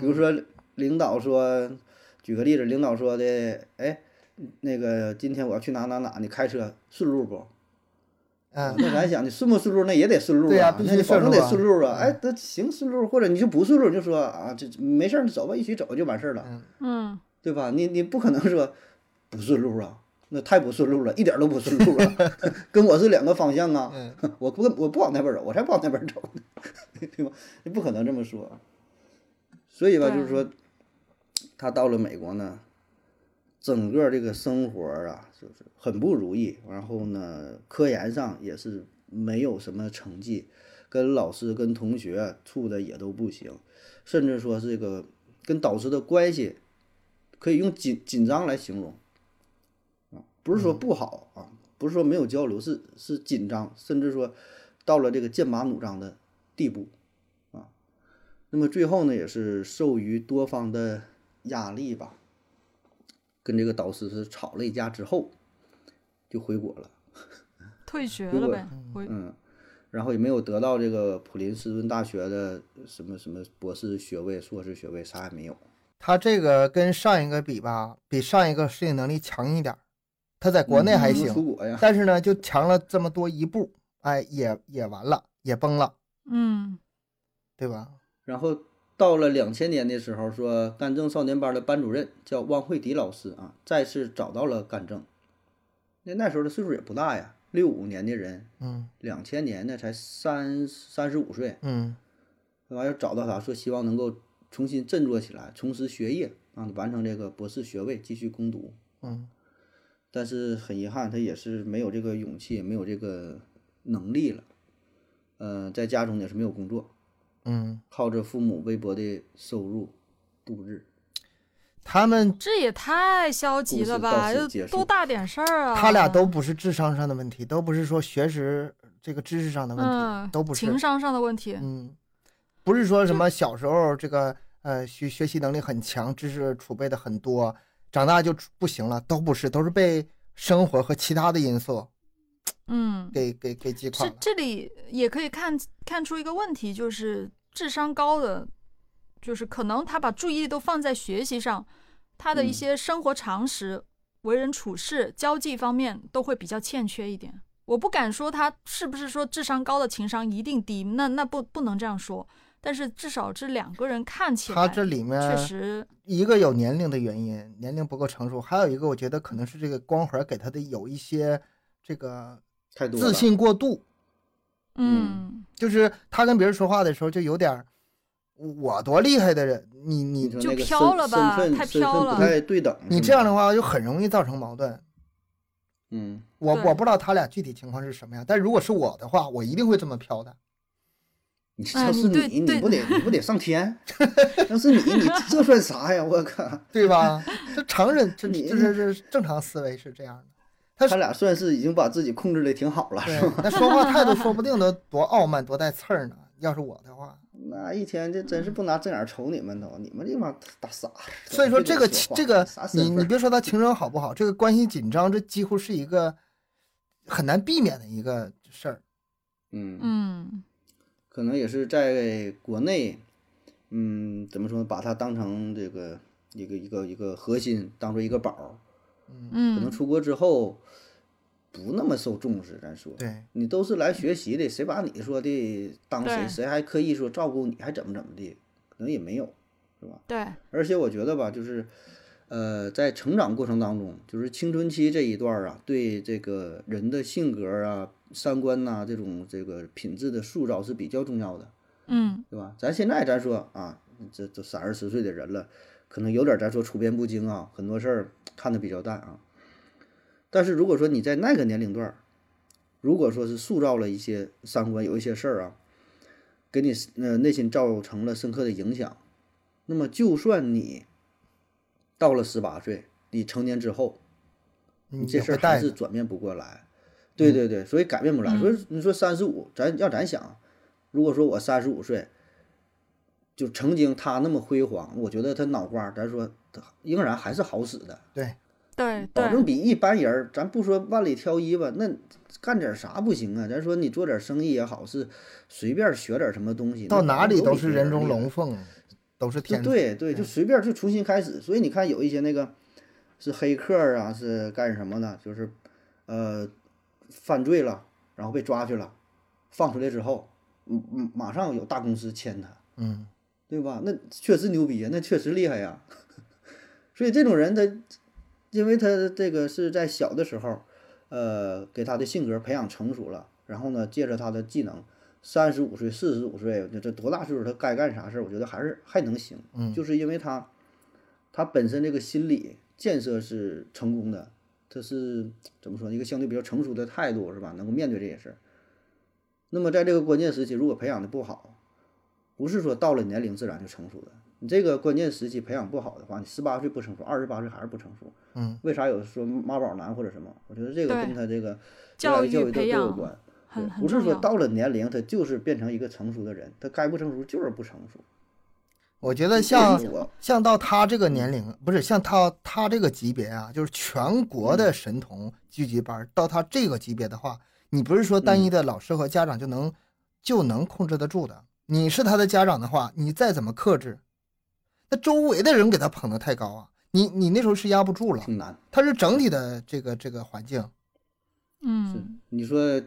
Speaker 1: 比如说领导说，举个例子，领导说的，哎，那个今天我要去哪哪哪，你开车顺路不？
Speaker 2: 嗯，
Speaker 1: 那咱想，你顺不顺路，那也得顺路
Speaker 2: 对呀
Speaker 1: 啊，
Speaker 2: 必须
Speaker 1: 那你保证得
Speaker 2: 顺
Speaker 1: 顺
Speaker 2: 路啊
Speaker 1: 路啊。哎，那行顺路，或者你就不顺路，你就说啊，这这没事儿，你走吧，一起走就完事儿了，
Speaker 3: 嗯，
Speaker 1: 对吧？你你不可能说不顺路啊，那太不顺路了，一点儿都不顺路 了，跟我是两个方向啊。
Speaker 2: 嗯
Speaker 1: 我不我不往那边走，我才不往那边走呢， 对吧？你不可能这么说。所以吧，
Speaker 3: 对
Speaker 1: 就是说，他到了美国呢，整个这个生活啊，就是很不如意。然后呢，科研上也是没有什么成绩，跟老师跟同学处的也都不行，甚至说这个跟导师的关系可以用紧紧张来形容，啊，不是说不好啊，不是说没有交流，是是紧张，甚至说到了这个剑拔弩张的地步，啊，那么最后呢，也是受于多方的压力吧，跟这个导师是吵了一架之后，就回国了，
Speaker 3: 退学
Speaker 1: 如
Speaker 3: 了
Speaker 1: 果
Speaker 3: 呗，回
Speaker 1: 嗯，然后也没有得到这个普林斯顿大学的什么什么博士学位、硕士学位，啥也没有。
Speaker 2: 他这个跟上一个比吧，比上一个适应能力强一点儿。他在国内还
Speaker 1: 你
Speaker 2: 行
Speaker 1: 能，嗯出国呀？
Speaker 2: 但是呢，就强了这么多一步，哎，也也完了，也崩了，
Speaker 3: 嗯，
Speaker 2: 对吧？
Speaker 1: 然后到了两千年的时候，说干政少年班的班主任叫汪慧迪老师啊，再次找到了干政。那那时候的岁数也不大呀，六五年的人，
Speaker 2: 嗯
Speaker 1: 两千年呢才三三十五岁，
Speaker 2: 嗯
Speaker 1: 那玩意儿找到他说希望能够重新振作起来，重拾学业，让他完成这个博士学位，继续攻读。
Speaker 2: 嗯
Speaker 1: 但是很遗憾，他也是没有这个勇气，也没有这个能力了。嗯、在家中也是没有工作，
Speaker 2: 嗯，
Speaker 1: 靠着父母微薄的收入度日。
Speaker 2: 他们
Speaker 3: 这也太消极
Speaker 1: 故事
Speaker 3: 了
Speaker 1: 到
Speaker 3: 吧？
Speaker 1: 此
Speaker 3: 就
Speaker 1: 结束
Speaker 3: 多大点事儿啊！
Speaker 2: 他俩都不是智商上的问题，都不是说学识这个知识上的问题，
Speaker 3: 嗯，
Speaker 2: 都不是
Speaker 3: 情商上的问题。
Speaker 2: 嗯，不是说什么小时候这个呃学学习能力很强，知识储备的很多，长大就出不行了，都不是，都是被生活和其他的因素
Speaker 3: 嗯，
Speaker 2: 给给给击垮
Speaker 3: 这
Speaker 2: 了。
Speaker 3: 这里也可以看看出一个问题，就是智商高的，就是可能他把注意力都放在学习上，他的一
Speaker 1: 嗯
Speaker 3: 些生活常识、为人处事、交际方面都会比较欠缺一点。我不敢说他是不是说智商高的情商一定低，那那不不能这样说。但是至少这两个人看起
Speaker 2: 他
Speaker 3: 来
Speaker 2: 这里面
Speaker 3: 确实，
Speaker 2: 一个有年龄的原因，年龄不够成熟，还有一个我觉得可能是这个光环给他的有一些这个
Speaker 1: 太多了
Speaker 2: 自信过度，
Speaker 3: 嗯，
Speaker 2: 就是他跟别人说话的时候就有点儿我多厉害的人，你
Speaker 1: 你
Speaker 2: 你
Speaker 1: 说
Speaker 3: 就
Speaker 1: 那个
Speaker 3: 飘
Speaker 1: 身
Speaker 3: 了
Speaker 1: 身
Speaker 3: 吧
Speaker 1: 份
Speaker 3: 太
Speaker 1: 身
Speaker 3: 飘
Speaker 1: 份
Speaker 3: 了
Speaker 1: 不太对等。
Speaker 2: 你
Speaker 1: 是
Speaker 2: 这样
Speaker 1: 吗
Speaker 2: 的话就很容易造成矛盾。
Speaker 1: 嗯，
Speaker 2: 我
Speaker 3: 对
Speaker 2: 我不知道他俩具体情况是什么样，但如果是我的话，我一定会这么飘的。
Speaker 1: 你
Speaker 3: 哎
Speaker 1: 要
Speaker 3: 你
Speaker 1: 是
Speaker 3: 对
Speaker 1: 你，
Speaker 3: 对
Speaker 1: 你不得你不得上天？ 要是你，你这算啥呀？我 靠！
Speaker 2: 对吧？这常人这
Speaker 1: 你
Speaker 2: 这这这正常思维是这样的。
Speaker 1: 他俩算是已经把自己控制的挺好了，
Speaker 2: 对
Speaker 1: 是吧？，
Speaker 2: 那说话态度说不定都多傲慢多带刺儿呢。要是我的话，
Speaker 1: 那一天这真是不拿正眼瞅你们都，你们这帮大傻子。
Speaker 2: 所以说
Speaker 1: 别
Speaker 2: 这
Speaker 1: 跟我
Speaker 2: 个
Speaker 1: 说
Speaker 2: 情
Speaker 1: 话
Speaker 2: 这个
Speaker 1: 啥身
Speaker 2: 你你
Speaker 1: 份
Speaker 2: 别说他情商好不好，这个关系紧张，这几乎是一个很难避免的一个事儿。
Speaker 1: 嗯，
Speaker 3: 嗯，
Speaker 1: 可能也是在国内，嗯，怎么说呢？把它当成这个一个一个一个核心，当做一个宝儿。可能
Speaker 3: 嗯，
Speaker 1: 出国之后不那么受重视，咱说。
Speaker 2: 对，
Speaker 1: 你都是来学习的，谁把你说的当谁？
Speaker 3: 对
Speaker 1: 谁还刻意说照顾你，还怎么怎么的？可能也没有。
Speaker 3: 对，嗯
Speaker 1: 而且我觉得吧，就是，呃，在成长过程当中，就是青春期这一段儿啊，对这个人的性格啊、三观呐、这种这个品质的塑造是比较重要的，
Speaker 3: 嗯，
Speaker 1: 对吧？咱现在咱说啊，这这三二十岁的人了，可能有点儿咱说处变不惊啊，很多事儿看得比较淡啊。但是如果说你在那个年龄段儿，如果说是塑造了一些三观，有一些事儿啊，给你呃内心造成了深刻的影响，那么就算你到了十八岁，你成年之后，
Speaker 2: 你
Speaker 1: 这
Speaker 2: 也
Speaker 1: 事
Speaker 2: 会
Speaker 1: 儿还
Speaker 2: 带
Speaker 1: 是
Speaker 2: 着。嗯
Speaker 1: 转变不过来。对对对，所以改变不来。
Speaker 3: 嗯
Speaker 1: 所以你说三十五，咱要咱想，如果说我三十五岁，就曾经他那么辉煌，我觉得他脑瓜儿，咱说他仍然还是好使的，
Speaker 2: 对，
Speaker 3: 对
Speaker 1: 保证
Speaker 3: 对，
Speaker 1: 比一般人儿，咱不说万里挑一吧，那干点啥不行啊？咱说你做点生意也好，是随便学点什么东西，
Speaker 2: 到
Speaker 1: 那
Speaker 2: 哪里
Speaker 1: 比
Speaker 2: 都是
Speaker 1: 别
Speaker 2: 人中
Speaker 1: 厉害
Speaker 2: 龙凤，都是
Speaker 1: 就
Speaker 2: 天赋。
Speaker 1: 对对，就随便就重新开始。所以你看，有一些那个是黑客儿啊，是干什么的？就是呃，犯罪了，然后被抓去了，放出来之后，嗯嗯，马上有大公司签他，
Speaker 2: 嗯，
Speaker 1: 对吧？那确实牛逼呀，那确实厉害呀。 所以这种人，他因为他这个是在小的时候，呃，给他的性格培养成熟了，然后呢，借着他的技能，三十五岁、四十五岁，这这多大岁数，他该干啥事儿，我觉得还是还能行。
Speaker 2: 嗯
Speaker 1: 就是因为他他本身这个心理建设是成功的，他是怎么说呢一个相对比较成熟的态度是吧？能够面对这些事儿。那么在这个关键时期，如果培养的不好，不是说到了年龄自然就成熟的。你这个关键时期培养不好的话，你十八岁不成熟，二十八岁还是不成熟。
Speaker 2: 嗯，
Speaker 1: 为啥有说妈宝男或者什么？我觉得这个
Speaker 3: 对
Speaker 1: 跟他这个
Speaker 3: 教
Speaker 1: 育教
Speaker 3: 育
Speaker 1: 都都
Speaker 3: 培
Speaker 1: 有
Speaker 3: 养
Speaker 1: 关。对
Speaker 3: 很，很
Speaker 1: 不是
Speaker 3: 重
Speaker 1: 说
Speaker 3: 要。
Speaker 1: 到了年龄他就是变成一个成熟的人，他该不成熟就是不成熟。
Speaker 2: 我觉得像
Speaker 1: 这是我
Speaker 2: 像到他这个年
Speaker 1: 嗯
Speaker 2: 龄，不是像他
Speaker 1: 嗯
Speaker 2: 他这个级别啊，就是全国的神童聚集班儿，到他这个级别的话，你不是说单一的老师和家长就能、就能控制得住的。你是他的家长的话，你再怎么克制，那周围的人给他捧得太高啊，你你那时候是压不住了。
Speaker 1: 挺难。
Speaker 2: 他是整体的这个这个环境，
Speaker 3: 嗯，
Speaker 1: 你说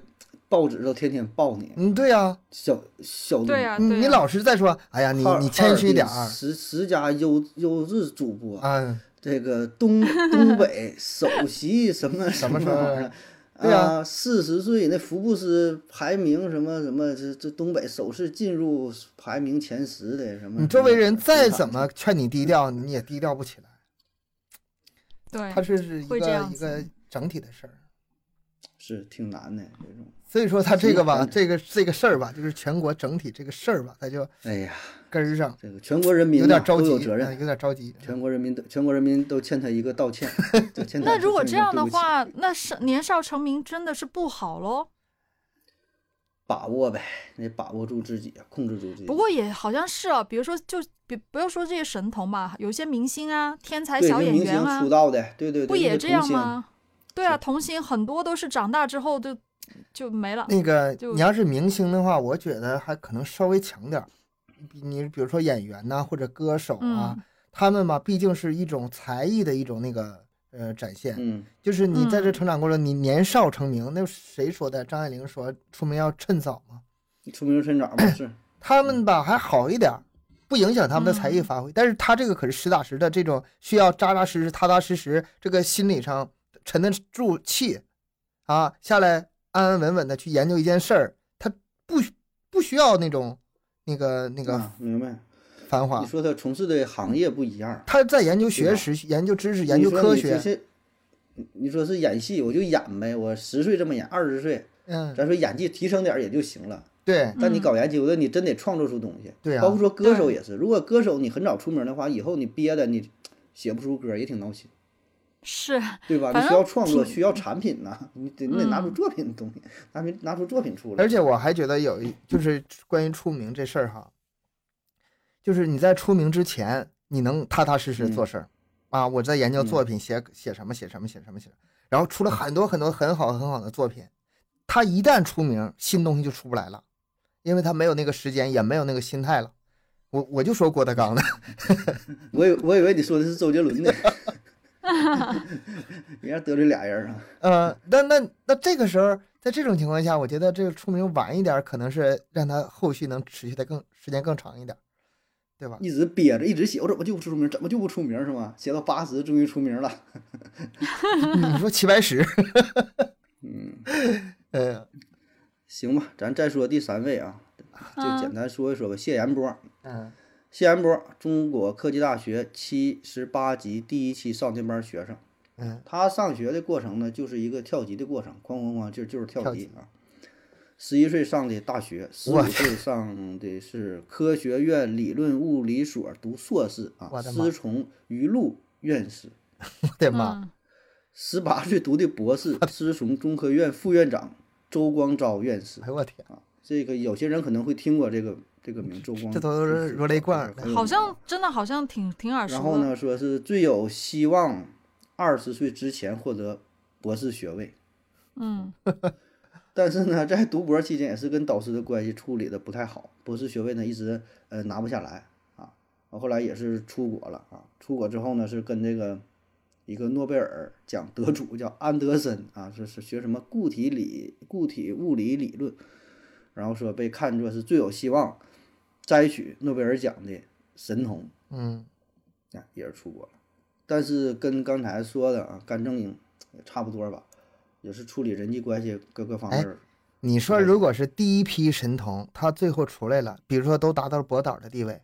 Speaker 1: 报纸都天天报你，
Speaker 2: 嗯，对呀、嗯
Speaker 1: 小小
Speaker 3: 对啊呀、
Speaker 2: 你
Speaker 3: 对呀、
Speaker 2: 你老是在说，哎呀，你
Speaker 1: 啊哈尔
Speaker 2: 你谦虚一点
Speaker 1: 哈尔嗯
Speaker 2: 儿
Speaker 1: 滨十十佳优优质主播，
Speaker 2: 啊，
Speaker 1: 这个 东东北首席什么
Speaker 2: 什么
Speaker 1: 么
Speaker 2: 什么
Speaker 1: 玩意儿。
Speaker 2: 对啊
Speaker 1: 啊，四十岁那福布斯排名什么什么，这这东北首次进入排名前十的什么？
Speaker 2: 你周围人
Speaker 1: 什么
Speaker 2: 再怎么劝你低调，你也低调不起来。
Speaker 3: 对
Speaker 2: 它，是是一
Speaker 3: 会这
Speaker 2: 个
Speaker 3: 样
Speaker 2: 一个
Speaker 3: 子
Speaker 2: 整体的事儿，
Speaker 1: 是挺难的这种。
Speaker 2: 所以说它这个吧，
Speaker 1: 嗯
Speaker 2: 这个这个事儿吧，就是全国整体这个事儿吧，它就
Speaker 1: 哎呀，
Speaker 2: 根儿上
Speaker 1: 这个全国人民
Speaker 2: 有
Speaker 1: 呐
Speaker 2: 点着
Speaker 1: 都
Speaker 2: 急，
Speaker 1: 有责
Speaker 2: 嗯
Speaker 1: 任，
Speaker 2: 有点着急。
Speaker 1: 全国人民都全国人民都欠他一个道 歉。就欠他
Speaker 3: 那如果
Speaker 1: 欠
Speaker 3: 这
Speaker 1: 他一个
Speaker 3: 样的
Speaker 1: 对不起，
Speaker 3: 话，那是年少成名真的是不好喽。
Speaker 1: 把握呗，你把握住自己，控制住自己。
Speaker 3: 不过也好像是哦、比如说就比不要说这些神童吧，有些明星啊、天才
Speaker 1: 对，
Speaker 3: 小
Speaker 1: 那
Speaker 3: 演
Speaker 1: 明
Speaker 3: 员
Speaker 1: 星
Speaker 3: 啊
Speaker 1: 出，道的，对对对，
Speaker 3: 不
Speaker 1: 那
Speaker 3: 也
Speaker 1: 个
Speaker 3: 这
Speaker 1: 童
Speaker 3: 样
Speaker 1: 星
Speaker 3: 吗？对啊，童星很多都是长大之后就就没了。
Speaker 2: 那个
Speaker 3: 就
Speaker 2: 你要是明星的话，我觉得还可能稍微强点儿。比你比如说演员呐、或者歌手啊，
Speaker 3: 嗯
Speaker 2: 他们吧，毕竟是一种才艺的一种那个呃展现。
Speaker 1: 嗯，
Speaker 2: 就是你在这
Speaker 3: 嗯
Speaker 2: 成长过程，你年少成名，那谁说的？张爱玲说出名要趁早嘛。
Speaker 1: 出名趁早 嘛，是
Speaker 2: 他们吧还好一点儿，不影响他们的才艺发
Speaker 1: 嗯
Speaker 2: 挥。但是他这个可是实打实的这种，需要扎扎实实、踏踏实实，这个心理上沉得住气啊，下来安安稳稳的去研究一件事儿，他不需不需要那种那个那个
Speaker 1: 啊，明白。
Speaker 2: 繁
Speaker 3: 啊
Speaker 2: 华
Speaker 1: 你。说他从事的行业不一样，
Speaker 2: 他在研究学
Speaker 1: 吧
Speaker 2: 识、研究知识、研究
Speaker 1: 你说
Speaker 2: 科
Speaker 1: 你这
Speaker 2: 学，
Speaker 1: 些。你你说是演戏，我就演呗。我十岁这么演，二十岁，
Speaker 2: 嗯，
Speaker 1: 咱说演技提升点儿也就行了。
Speaker 2: 对
Speaker 1: 但你
Speaker 3: 嗯
Speaker 1: 搞研究的，你真得创作出东西。
Speaker 2: 对啊
Speaker 1: 包括说歌手
Speaker 3: 对
Speaker 1: 也是，如果歌手你很早出名的话，以后你憋的你写不出歌也挺闹心，
Speaker 3: 是，
Speaker 1: 对吧？
Speaker 3: 反
Speaker 1: 你需
Speaker 3: 正
Speaker 1: 要创作，
Speaker 3: 挺
Speaker 1: 需要产品呐、你得你得拿出
Speaker 3: 嗯
Speaker 1: 作品的东西，拿出拿出作品出来。
Speaker 2: 而且我还觉得有一就是关于出名这事儿哈，就是你在出名之前，你能踏踏实实做事儿、啊。我在研究作品，写写什么写什么写什么写，然后出了很多很多很好很好的作品。他一旦出名，新东西就出不来了，因为他没有那个时间，也没有那个心态了。我我就说郭德纲的，
Speaker 1: 我以我以为你说的是周杰伦 呢， 人家得罪俩人啊，
Speaker 2: 呃，那那那这个时候，在这种情况下，我觉得这个出名晚一点儿，可能是让他后续能持续的更时间更长一点儿，对吧？
Speaker 1: 一直憋着，一直写，我怎么就不出名，怎么就不出名是吗？写到八十终于出名了，
Speaker 2: 你说齐白石，
Speaker 1: 嗯，
Speaker 2: 嗯
Speaker 1: 行吧，咱再说第三位啊，就
Speaker 3: 嗯
Speaker 1: 简单说一说吧。谢延波，
Speaker 2: 嗯
Speaker 1: 谢延波，中国科技大学七十八级第一期少年班学生，
Speaker 2: 嗯
Speaker 1: 他上学的过程呢，就是一个跳级的过程，哐哐哐，就就是跳
Speaker 2: 跳
Speaker 1: 级
Speaker 2: 级
Speaker 1: 啊。十一岁上的大学，十五
Speaker 2: 我
Speaker 1: 岁上的是科学院理论物理所读硕士啊，
Speaker 2: 我的妈
Speaker 1: 师从于路院士。
Speaker 2: 我的妈，
Speaker 3: 嗯，
Speaker 1: 十八岁读的博士，师从中科院副院长周光昭院 士
Speaker 2: 哎。呦我天，
Speaker 1: 这个有些人可能会听过这个这个名，周光。
Speaker 2: 这都是如雷贯耳的
Speaker 1: 很有
Speaker 3: 嗯好
Speaker 1: 名
Speaker 3: 像真的好像挺挺耳
Speaker 1: 啊嗯然
Speaker 3: 熟
Speaker 1: 后
Speaker 3: 的。
Speaker 1: 呢，说是最有希望二十岁之前获得博士学位。
Speaker 3: 嗯，
Speaker 1: 但是呢，在读博期间也是跟导师的关系处理的不太好，博士学位呢一直呃拿不下来啊。后来也是出国了啊，出国之后呢是跟这个一个诺贝尔奖得主叫安德森啊，是是学什么固体理固体物理理论，然后说被看作是最有希望摘取诺贝尔奖的神童
Speaker 2: 嗯，
Speaker 1: 啊，也是出国了。但是跟刚才说的啊，甘正英也差不多吧，也是处理人际关系各个方面
Speaker 2: 哎
Speaker 1: 儿。
Speaker 2: 你说如果是第一批神童，他最后出来了，比如说都达到了博导的地位，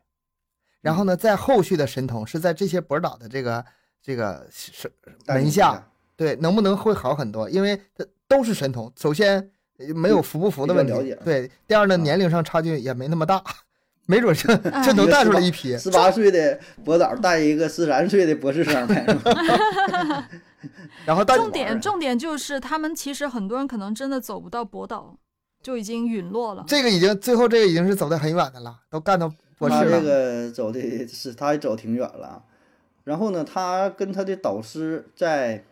Speaker 1: 嗯
Speaker 2: 然后呢，在后续的神童是在这些博导的这个这个是
Speaker 1: 带领
Speaker 2: 门
Speaker 1: 一
Speaker 2: 下，对，能不能会好很多？因为他都是神童，首先呃没有服不服的问
Speaker 1: 比较了
Speaker 2: 题
Speaker 1: 解，
Speaker 2: 对，第二呢，
Speaker 1: 啊
Speaker 2: 年龄上差距也没那么大，没准就就能
Speaker 1: 一个
Speaker 2: 带出
Speaker 1: 是吧
Speaker 2: 来一批，
Speaker 1: 十八岁的博导带一个十三岁的博士生呗，是吧
Speaker 2: 然后大
Speaker 1: 就玩
Speaker 3: 重
Speaker 1: 儿
Speaker 3: 点
Speaker 1: 啊
Speaker 3: 重点就是他们其实很多人可能真的走不到博导，就已经陨落了。
Speaker 2: 这个已经最后这个已经是走得很远的了，都干到 博士
Speaker 1: 他这
Speaker 2: 了，
Speaker 1: 个走的是他走挺远了啊。然后呢，他跟他的导师在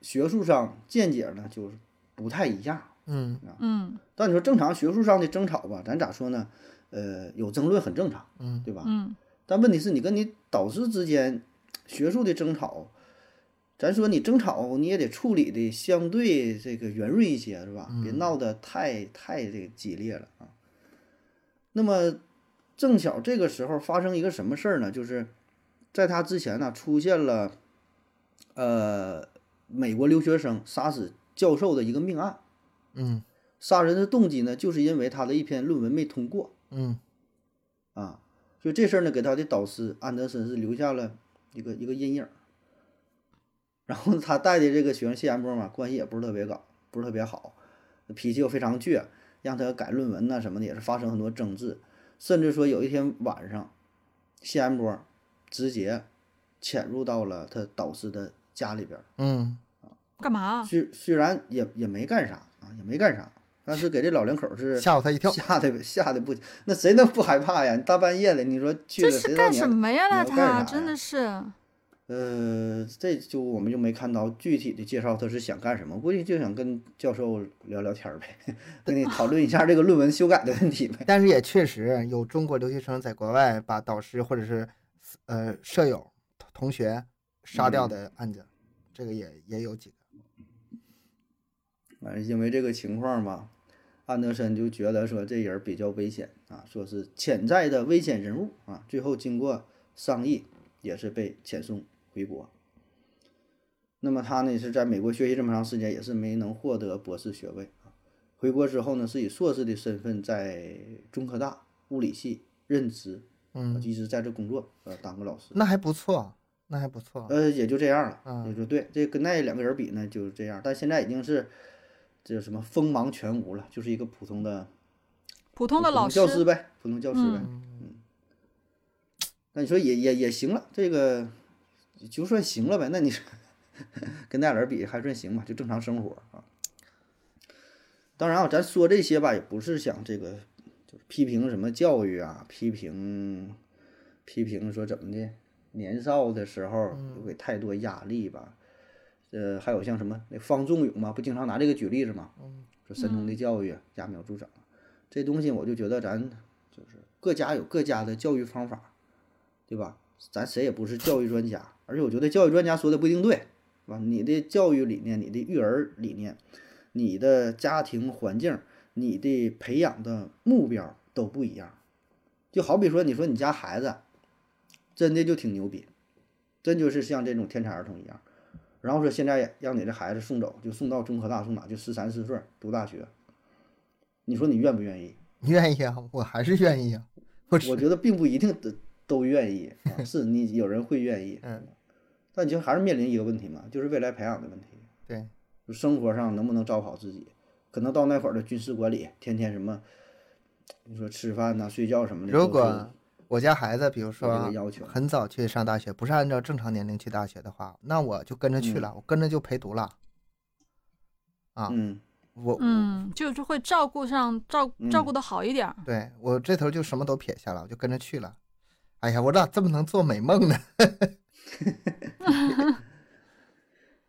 Speaker 1: 学术上见解呢就是不太一样，
Speaker 2: 嗯
Speaker 3: 嗯
Speaker 1: 但你说正常学术上的争吵吧，咱咋说呢？呃，有争论很正常，
Speaker 2: 嗯
Speaker 1: 对吧？
Speaker 3: 嗯
Speaker 1: 但问题是你跟你导师之间学术的争吵，咱说你争吵你也得处理的相对这个圆润一些，是吧？别闹得太太这个激烈了啊。那么正巧这个时候发生一个什么事儿呢？就是在他之前呢出现了，呃，美国留学生杀死教授的一个命案，
Speaker 2: 嗯
Speaker 1: 杀人的动机呢，就是因为他的一篇论文没通过。
Speaker 2: 嗯
Speaker 1: 啊，就这事儿呢，给他的导师安德森是留下了一个一个阴影儿。然后他带的这个学生谢延波嘛，关系也不是特别搞，不是特别好，脾气又非常倔，让他改论文呐、什么的，也是发生很多争执。甚至说有一天晚上，谢延波直接潜入到了他导师的家里边儿，
Speaker 2: 嗯
Speaker 3: 干嘛？
Speaker 1: 虽虽然也也没干啥啊，也没干啥，但是给这老两口儿是
Speaker 2: 吓唬他一跳。
Speaker 1: 吓得吓得不，那谁能不害怕呀？你大半夜的，你说去
Speaker 3: 这
Speaker 1: 了
Speaker 3: 是
Speaker 1: 谁让
Speaker 3: 干
Speaker 1: 你
Speaker 3: 什？么呀？那
Speaker 1: 你要干啥
Speaker 3: 他
Speaker 1: 呀
Speaker 3: 真的是，
Speaker 1: 呃，这就我们就没看到具体的介绍，他是想干什么？估计就想跟教授聊聊天儿呗， 跟你讨论一下这个论文修改的问题呗。
Speaker 2: 但是也确实有中国留学生在国外把导师或者是呃舍友、同同学杀
Speaker 1: 嗯
Speaker 2: 掉的案子，这个也也有几个。
Speaker 1: 反正呃因为这个情况吧，安德森就觉得说这人比较危险啊，说是潜在的危险人物啊。最后经过商议，也是被遣送回国。那么他呢是在美国学习这么长时间，也是没能获得博士学位啊。回国之后呢，是以硕士的身份在中科大物理系任职，啊
Speaker 2: 嗯，
Speaker 1: 一直在这工作，呃，当个老师。
Speaker 2: 那还不错，那还不错。
Speaker 1: 呃，也就这样了，
Speaker 2: 嗯
Speaker 1: 也就对。这跟那两个人比呢，就是这样。但现在已经是这什么锋芒全无了，就是一个普通的
Speaker 3: 普
Speaker 1: 普
Speaker 3: 通的老
Speaker 1: 教师呗，普通教师呗。
Speaker 2: 嗯
Speaker 1: 那你说也也也行了，这个就算行了呗。那你说 跟那俩人比还算行吧，就正常生活啊。当然啊，咱说这些吧，也不是想这个就是批评什么教育啊，批评批评说怎么的，年少的时候
Speaker 3: 嗯
Speaker 1: 有给太多压力吧。呃，还有像什么那方仲永嘛，不经常拿这个举例子嘛，
Speaker 3: 嗯
Speaker 1: 说神童的教育揠苗助长，这东西我就觉得咱就是各家有各家的教育方法，对吧？咱谁也不是教育专家，而且我觉得教育专家说的不一定对，是吧？你的教育理念、你的育儿理念、你的家庭环境、你的培养的目标都不一样。就好比说，你说你家孩子真的就挺牛逼，真就是像这种天才儿童一样，然后说现在让你这孩子送走，就送到中科大，送哪？就十三四岁儿读大学，你说你愿不愿意？
Speaker 2: 你愿意啊？我还是愿意啊。我
Speaker 1: 我
Speaker 2: 是
Speaker 1: 觉得并不一定都都愿意 啊，是你有人会愿意，
Speaker 2: 嗯，
Speaker 1: 但你就还是面临一个问题嘛，就是未来培养的问题，
Speaker 2: 对，
Speaker 1: 就生活上能不能照顾好自己？可能到那会儿的军事管理，天天什么，你说吃饭呐、睡觉什么的，
Speaker 2: 如果我家孩子比如
Speaker 1: 有这
Speaker 2: 说
Speaker 1: 个要求
Speaker 2: 很早去上大学，不是按照正常年龄去大学的话，那我就跟着去了，我跟着就陪读了。啊，
Speaker 1: 嗯
Speaker 2: 我
Speaker 3: 嗯，就是会照顾上照照
Speaker 1: 嗯
Speaker 3: 顾的好一点儿。
Speaker 2: 对我这头就什么都撇下了，我就跟着去了。哎呀，我咋这么能做美梦呢？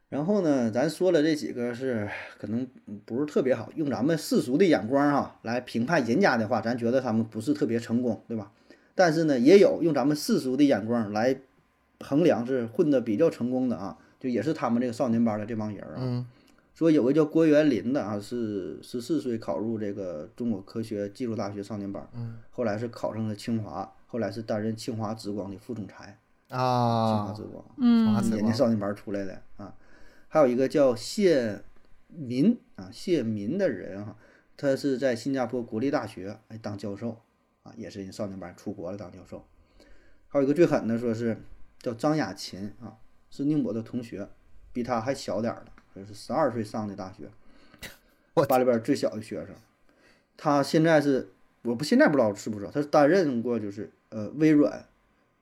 Speaker 1: 然后呢，咱说了这几个是可能不是特别好，用咱们世俗的眼光啊来评判人家的话，咱觉得他们不是特别成功，对吧？但是呢，也有用咱们世俗的眼光来衡量是混得比较成功的啊，就也是他们这个少年班的这帮人啊。
Speaker 2: 嗯
Speaker 1: 说有个叫郭元林的啊，是十四岁考入这个中国科学技术大学少年班，
Speaker 2: 嗯
Speaker 1: 后来是考上了清华，后来是担任清华紫光的副总裁，清华
Speaker 2: 啊
Speaker 1: 紫，光。
Speaker 3: 嗯
Speaker 2: 啥，子
Speaker 1: 人家少年班出来的啊。还有一个叫谢民啊，谢民的人啊，他是在新加坡国立大学哎当教授啊，也是人少年班出国了当教授。还有一个最狠的，说是叫张雅琴啊，是宁波的同学，比他还小点儿的，就是十二岁上的大学，
Speaker 2: 我
Speaker 1: 班里边最小的学生。他现在是我不现在不知道是不是，他是担任过就是呃微软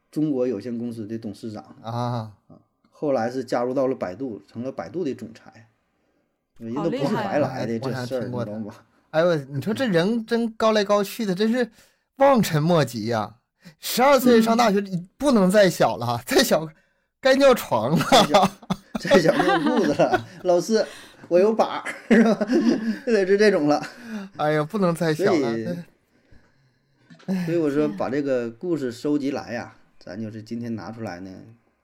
Speaker 1: 中国有限公司的董事长，
Speaker 2: 啊，
Speaker 1: 后来是加入到了百度，成了百度的总裁。人
Speaker 3: 好
Speaker 1: 都不
Speaker 3: 厉
Speaker 1: 是
Speaker 3: 害
Speaker 1: 白
Speaker 3: 啊
Speaker 1: 来的
Speaker 2: 我
Speaker 1: 这
Speaker 2: 还
Speaker 1: 事儿，
Speaker 2: 听
Speaker 1: 你
Speaker 2: 过
Speaker 1: 知道
Speaker 2: 的
Speaker 1: 吗？
Speaker 2: 哎呦，你说这人真高来高去的，真是望尘莫及呀、十二岁上大学，
Speaker 1: 嗯
Speaker 2: 不能再小了，再小该尿床了。
Speaker 1: 这小这小尿裤子了，老师，我有把儿，是吧？就得是这种了。
Speaker 2: 哎呀，不能再
Speaker 1: 所
Speaker 2: 小
Speaker 1: 以
Speaker 2: 了。嗯
Speaker 1: 所以我说把这个故事收集来呀，咱就是今天拿出来呢，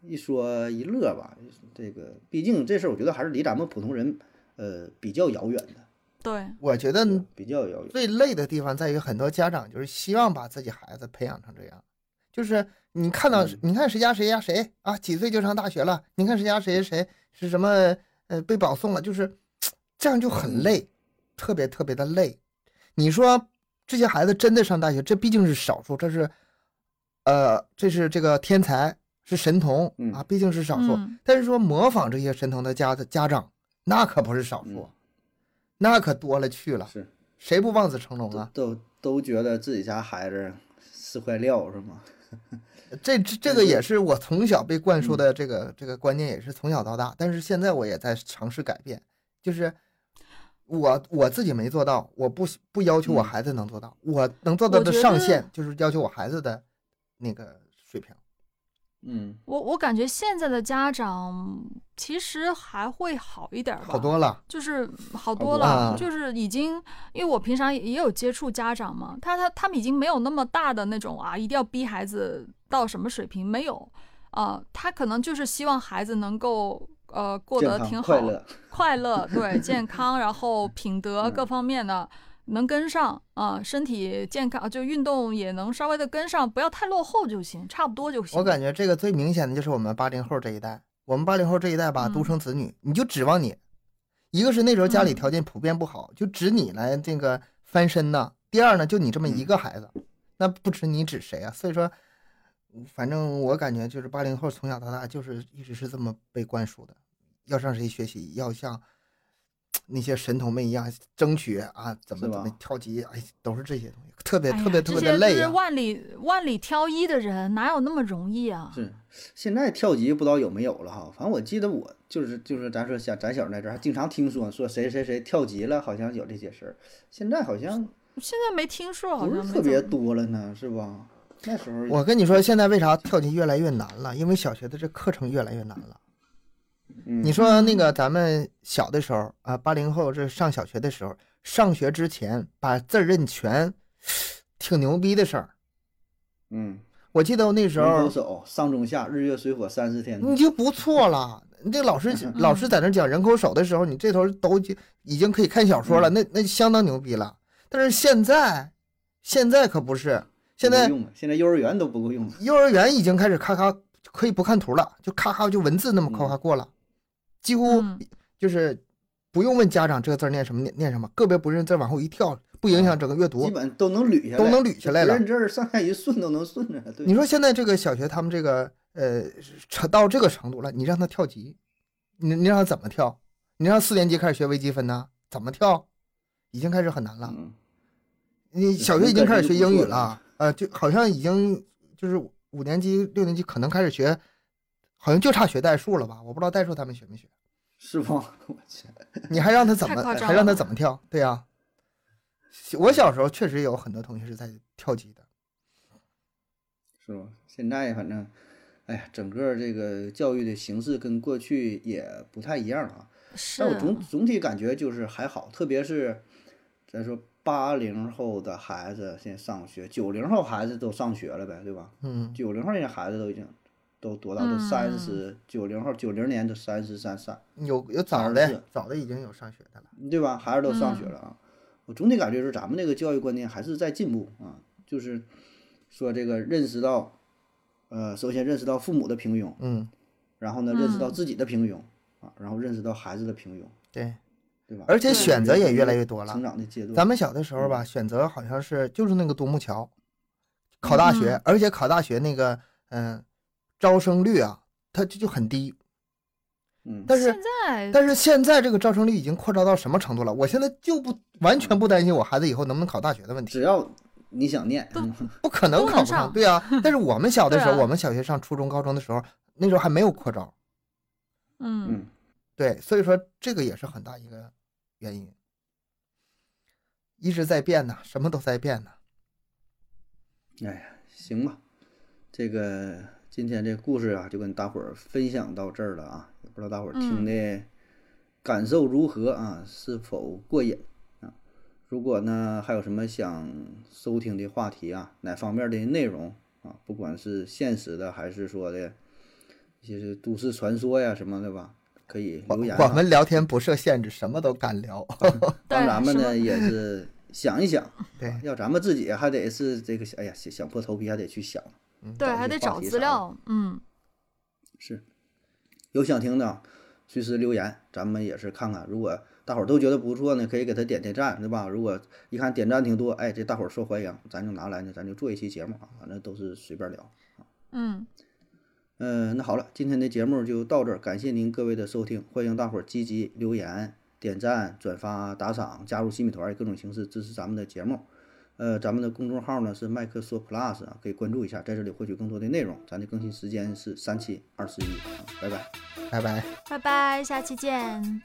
Speaker 1: 一说一乐吧。这个毕竟这事儿，我觉得还是离咱们普通人呃比较遥远的，
Speaker 3: 对，
Speaker 2: 我觉得
Speaker 1: 比较遥远。
Speaker 2: 最累的地方在于很多家长就是希望把自己孩子培养成这样，就是你看到
Speaker 1: 嗯
Speaker 2: 你看谁家谁家谁啊，几岁就上大学了，你看谁家谁谁是什么呃被保送了，就是这样就很
Speaker 1: 嗯
Speaker 2: 累，特别特别的累。你说这些孩子真的上大学，这毕竟是少数，这是呃这是这个天才是神童
Speaker 1: 嗯
Speaker 2: 啊，毕竟是少数
Speaker 3: 嗯。
Speaker 2: 但是说模仿这些神童的家的家长，那可不是少数
Speaker 1: 嗯，
Speaker 2: 那可多了去了。
Speaker 1: 是，
Speaker 2: 谁不望子成龙啊？
Speaker 1: 都都觉得自己家孩子是块料，是吗？
Speaker 2: 这这这个也是我从小被灌输的
Speaker 3: 嗯
Speaker 2: 这个、这个观念，也是从小到大。但是现在我也在尝试改变，就是我我自己没做到，我不不要求
Speaker 1: 嗯
Speaker 2: 我孩子能做到，我能做到
Speaker 3: 我
Speaker 2: 的
Speaker 3: 觉
Speaker 2: 上
Speaker 3: 得
Speaker 2: 限就是要求我孩子的那个水平。
Speaker 1: 嗯，
Speaker 3: 我我感觉现在的家长其实还会好一点儿吧，
Speaker 2: 好多了，
Speaker 3: 就是好
Speaker 1: 多
Speaker 3: 多
Speaker 2: 了
Speaker 3: 了，
Speaker 2: 啊
Speaker 3: 就是已经，因为我平常也也有接触家长嘛，他他他们已经没有那么大的那种啊，一定要逼孩子到什么水平，没有，啊、他可能就是希望孩子能够呃过
Speaker 1: 健
Speaker 3: 得
Speaker 1: 康
Speaker 3: 挺好，
Speaker 1: 快乐，
Speaker 3: 快乐，对健康，然
Speaker 2: 嗯
Speaker 3: 后品德各方面的能跟上啊，身体健康就运动也能稍微的跟上，不要太落后就行，差不多就行。
Speaker 2: 我感觉这个最明显的就是我们八零后这一代，我们八零后这一代吧，
Speaker 3: 嗯
Speaker 2: 独生子女，你就指望你，一个是那时候家里
Speaker 3: 嗯
Speaker 2: 条件普遍不好，就指你来这个翻身呐；第二呢，就你这么一
Speaker 3: 嗯
Speaker 2: 个孩子，那不指你指谁啊？所以说，反正我感觉就是八零后从小到大就是一直是这么被灌输的，要向谁学习，要像。那些神童们一样争取啊，怎么
Speaker 1: 是
Speaker 2: 怎么
Speaker 1: 吧
Speaker 2: 跳级，哎，都是这些东西，特别
Speaker 3: 哎呀
Speaker 2: 特别特
Speaker 3: 这
Speaker 2: 别的
Speaker 3: 些
Speaker 2: 累啊
Speaker 3: 就
Speaker 2: 呀、
Speaker 3: 是万里万里挑一的人，哪有那么容易啊？
Speaker 1: 是，现在跳级不知道有没有了哈，反正我记得我就是就是咱说小咱小那阵儿还经常听说说谁谁谁跳级了，好像有这些事儿。现在好像
Speaker 3: 现在没听说，好
Speaker 1: 不
Speaker 3: 像
Speaker 1: 是
Speaker 3: 没
Speaker 1: 特别
Speaker 3: 怎么
Speaker 1: 多了呢，是吧？那时候
Speaker 2: 我跟你说，现在为啥跳级越来越难了？因为小学的这课程越来越难了。
Speaker 1: 嗯
Speaker 2: 你说那个咱们小的时候啊，八零后这上小学的时候，上学之前把字儿认全，挺牛逼的事儿。
Speaker 1: 嗯，
Speaker 2: 我记得我那时
Speaker 1: 人口
Speaker 2: 候嗯
Speaker 1: 手上中下日月水火三十天，
Speaker 2: 你就不错了。你这老师
Speaker 1: 嗯
Speaker 2: 老师在那讲人口手的时候，你这头都已经已经可以看小说
Speaker 1: 嗯
Speaker 2: 了，那那相当牛逼了。但是现在，现在可不是，现
Speaker 1: 不够
Speaker 2: 在
Speaker 1: 用了，现在幼儿园都不够用了。
Speaker 2: 幼儿园已经开始咔咔可以不看图了，就咔咔就文字那么咔
Speaker 1: 嗯
Speaker 2: 咔过了，几乎
Speaker 3: 嗯
Speaker 2: 就是不用问家长这个字儿念什么念念什么，个别不认字儿往后一跳，不影响整个
Speaker 1: 嗯
Speaker 2: 阅
Speaker 1: 基
Speaker 2: 读。
Speaker 1: 本都能捋下来，
Speaker 2: 都能捋下来了
Speaker 1: 认字儿上下一顺都能顺着。对，
Speaker 2: 你说现在这个小学他们这个呃成到这个程度了，你让他跳级，你你让他怎么跳？你让他四年级开始学微积分呢？怎么跳？已经开始很难了。
Speaker 1: 嗯，
Speaker 2: 你
Speaker 1: 对
Speaker 2: 小学已经开始学英语
Speaker 1: 那个是不错的
Speaker 2: 了，呃，就好像已经就是五年级、六年级可能开始学，好像就差学代数了吧？我不知道代数他们学没学。
Speaker 1: 是吧？ 我去，
Speaker 2: 你还让他怎
Speaker 3: 太
Speaker 2: 么，
Speaker 3: 夸张
Speaker 2: 还让他
Speaker 3: 了
Speaker 2: 怎么跳？对呀、我小时候确实有很多同学是在跳级的。
Speaker 1: 是吧？现在反正，哎呀，整个这个教育的形式跟过去也不太一样了啊。
Speaker 3: 是
Speaker 1: 但我总总体感觉就是还好，特别是咱说八零后的孩子现在上学，九零后孩子都上学了呗，对吧？
Speaker 2: 嗯，
Speaker 1: 九零后人家孩子都已经都多大？都
Speaker 3: 嗯
Speaker 1: 三十，九零后九零年都三十三三，
Speaker 2: 有有早
Speaker 1: 上
Speaker 2: 的
Speaker 1: 市，
Speaker 2: 早的已经有上学的了。
Speaker 1: 对吧？孩子都上学了啊。
Speaker 3: 嗯
Speaker 1: 我总体感觉是咱们这个教育观念还是在进步啊，就是说这个认识到，呃，首先认识到父母的平庸，
Speaker 2: 嗯，
Speaker 1: 然后呢认识到
Speaker 3: 嗯
Speaker 1: 自己的平庸、啊，然后认识到孩子的平庸，
Speaker 2: 对。
Speaker 1: 对吧？
Speaker 2: 而且
Speaker 1: 这
Speaker 2: 选
Speaker 1: 是
Speaker 2: 择也
Speaker 1: 一
Speaker 2: 越
Speaker 1: 个
Speaker 2: 来越多了
Speaker 1: 成长的阶段，
Speaker 2: 咱们小的时候吧，选择好像是就是那个独木桥，考大
Speaker 3: 嗯
Speaker 2: 学，而且考大学那个嗯、招生率啊，它就就很低。
Speaker 1: 嗯，
Speaker 2: 但是
Speaker 3: 现在
Speaker 2: 但是现在这个招生率已经扩张到什么程度了？我现在就不完全不担心我孩子以后能不能考大学的问题。
Speaker 1: 只要你想念，
Speaker 3: 都
Speaker 1: 嗯
Speaker 2: 不可能
Speaker 3: 都
Speaker 2: 考
Speaker 3: 能
Speaker 2: 不上，
Speaker 3: 上
Speaker 2: 对啊。但是我们小的时候，
Speaker 3: 对啊
Speaker 2: 我们小学上初中、高中的时候，那时候还没有扩招，
Speaker 3: 嗯
Speaker 1: 嗯，
Speaker 2: 对，所以说这个也是很大一个原因。一直在变呢，什么都在变呢。
Speaker 1: 哎呀，行吧，这个
Speaker 3: 嗯
Speaker 1: 今天这故事啊，就跟大伙儿分享到这儿了啊，也不知道大伙儿听的感受如何啊，是否过瘾啊？如果呢还有什么想收听的话题啊，哪方面的内容啊，不管是现实的还是说的一些是都市传说呀什么的吧，可以
Speaker 2: 我
Speaker 1: 留言、
Speaker 2: 我
Speaker 1: 啊。
Speaker 2: 们聊天不设限制，什么都敢聊。
Speaker 1: 帮
Speaker 3: 对
Speaker 1: 咱们
Speaker 3: 是
Speaker 1: 呢
Speaker 3: 吗
Speaker 1: 也是想一想，
Speaker 2: 对，
Speaker 1: 要咱们自己还得是这个，哎呀，想想破头皮还得去想。
Speaker 3: 对，
Speaker 1: 找一
Speaker 3: 还
Speaker 1: 些
Speaker 3: 得
Speaker 1: 话
Speaker 3: 找
Speaker 1: 题
Speaker 3: 资
Speaker 1: 啥的
Speaker 3: 料，嗯，
Speaker 1: 是，有想听的，随时留言，咱们也是看看。如果大伙儿都觉得不错呢，可以给他点点赞，对吧？如果一看点赞挺多，哎，这大伙儿受欢迎，咱就拿来呢，咱就做一期节目啊，反正都是随便聊。
Speaker 3: 嗯，
Speaker 1: 嗯、那好了，今天的节目就到这儿，感谢您各位的收听，欢迎大伙儿积极留言、点赞、转发、打赏，加入新米团，以各种形式支持咱们的节目。呃，咱们的公众号呢是麦克说 Plus 啊，可以关注一下，在这里获取更多的内容。咱的更新时间是三七二十一，啊拜拜。
Speaker 2: 拜拜。
Speaker 3: 拜拜，下期见。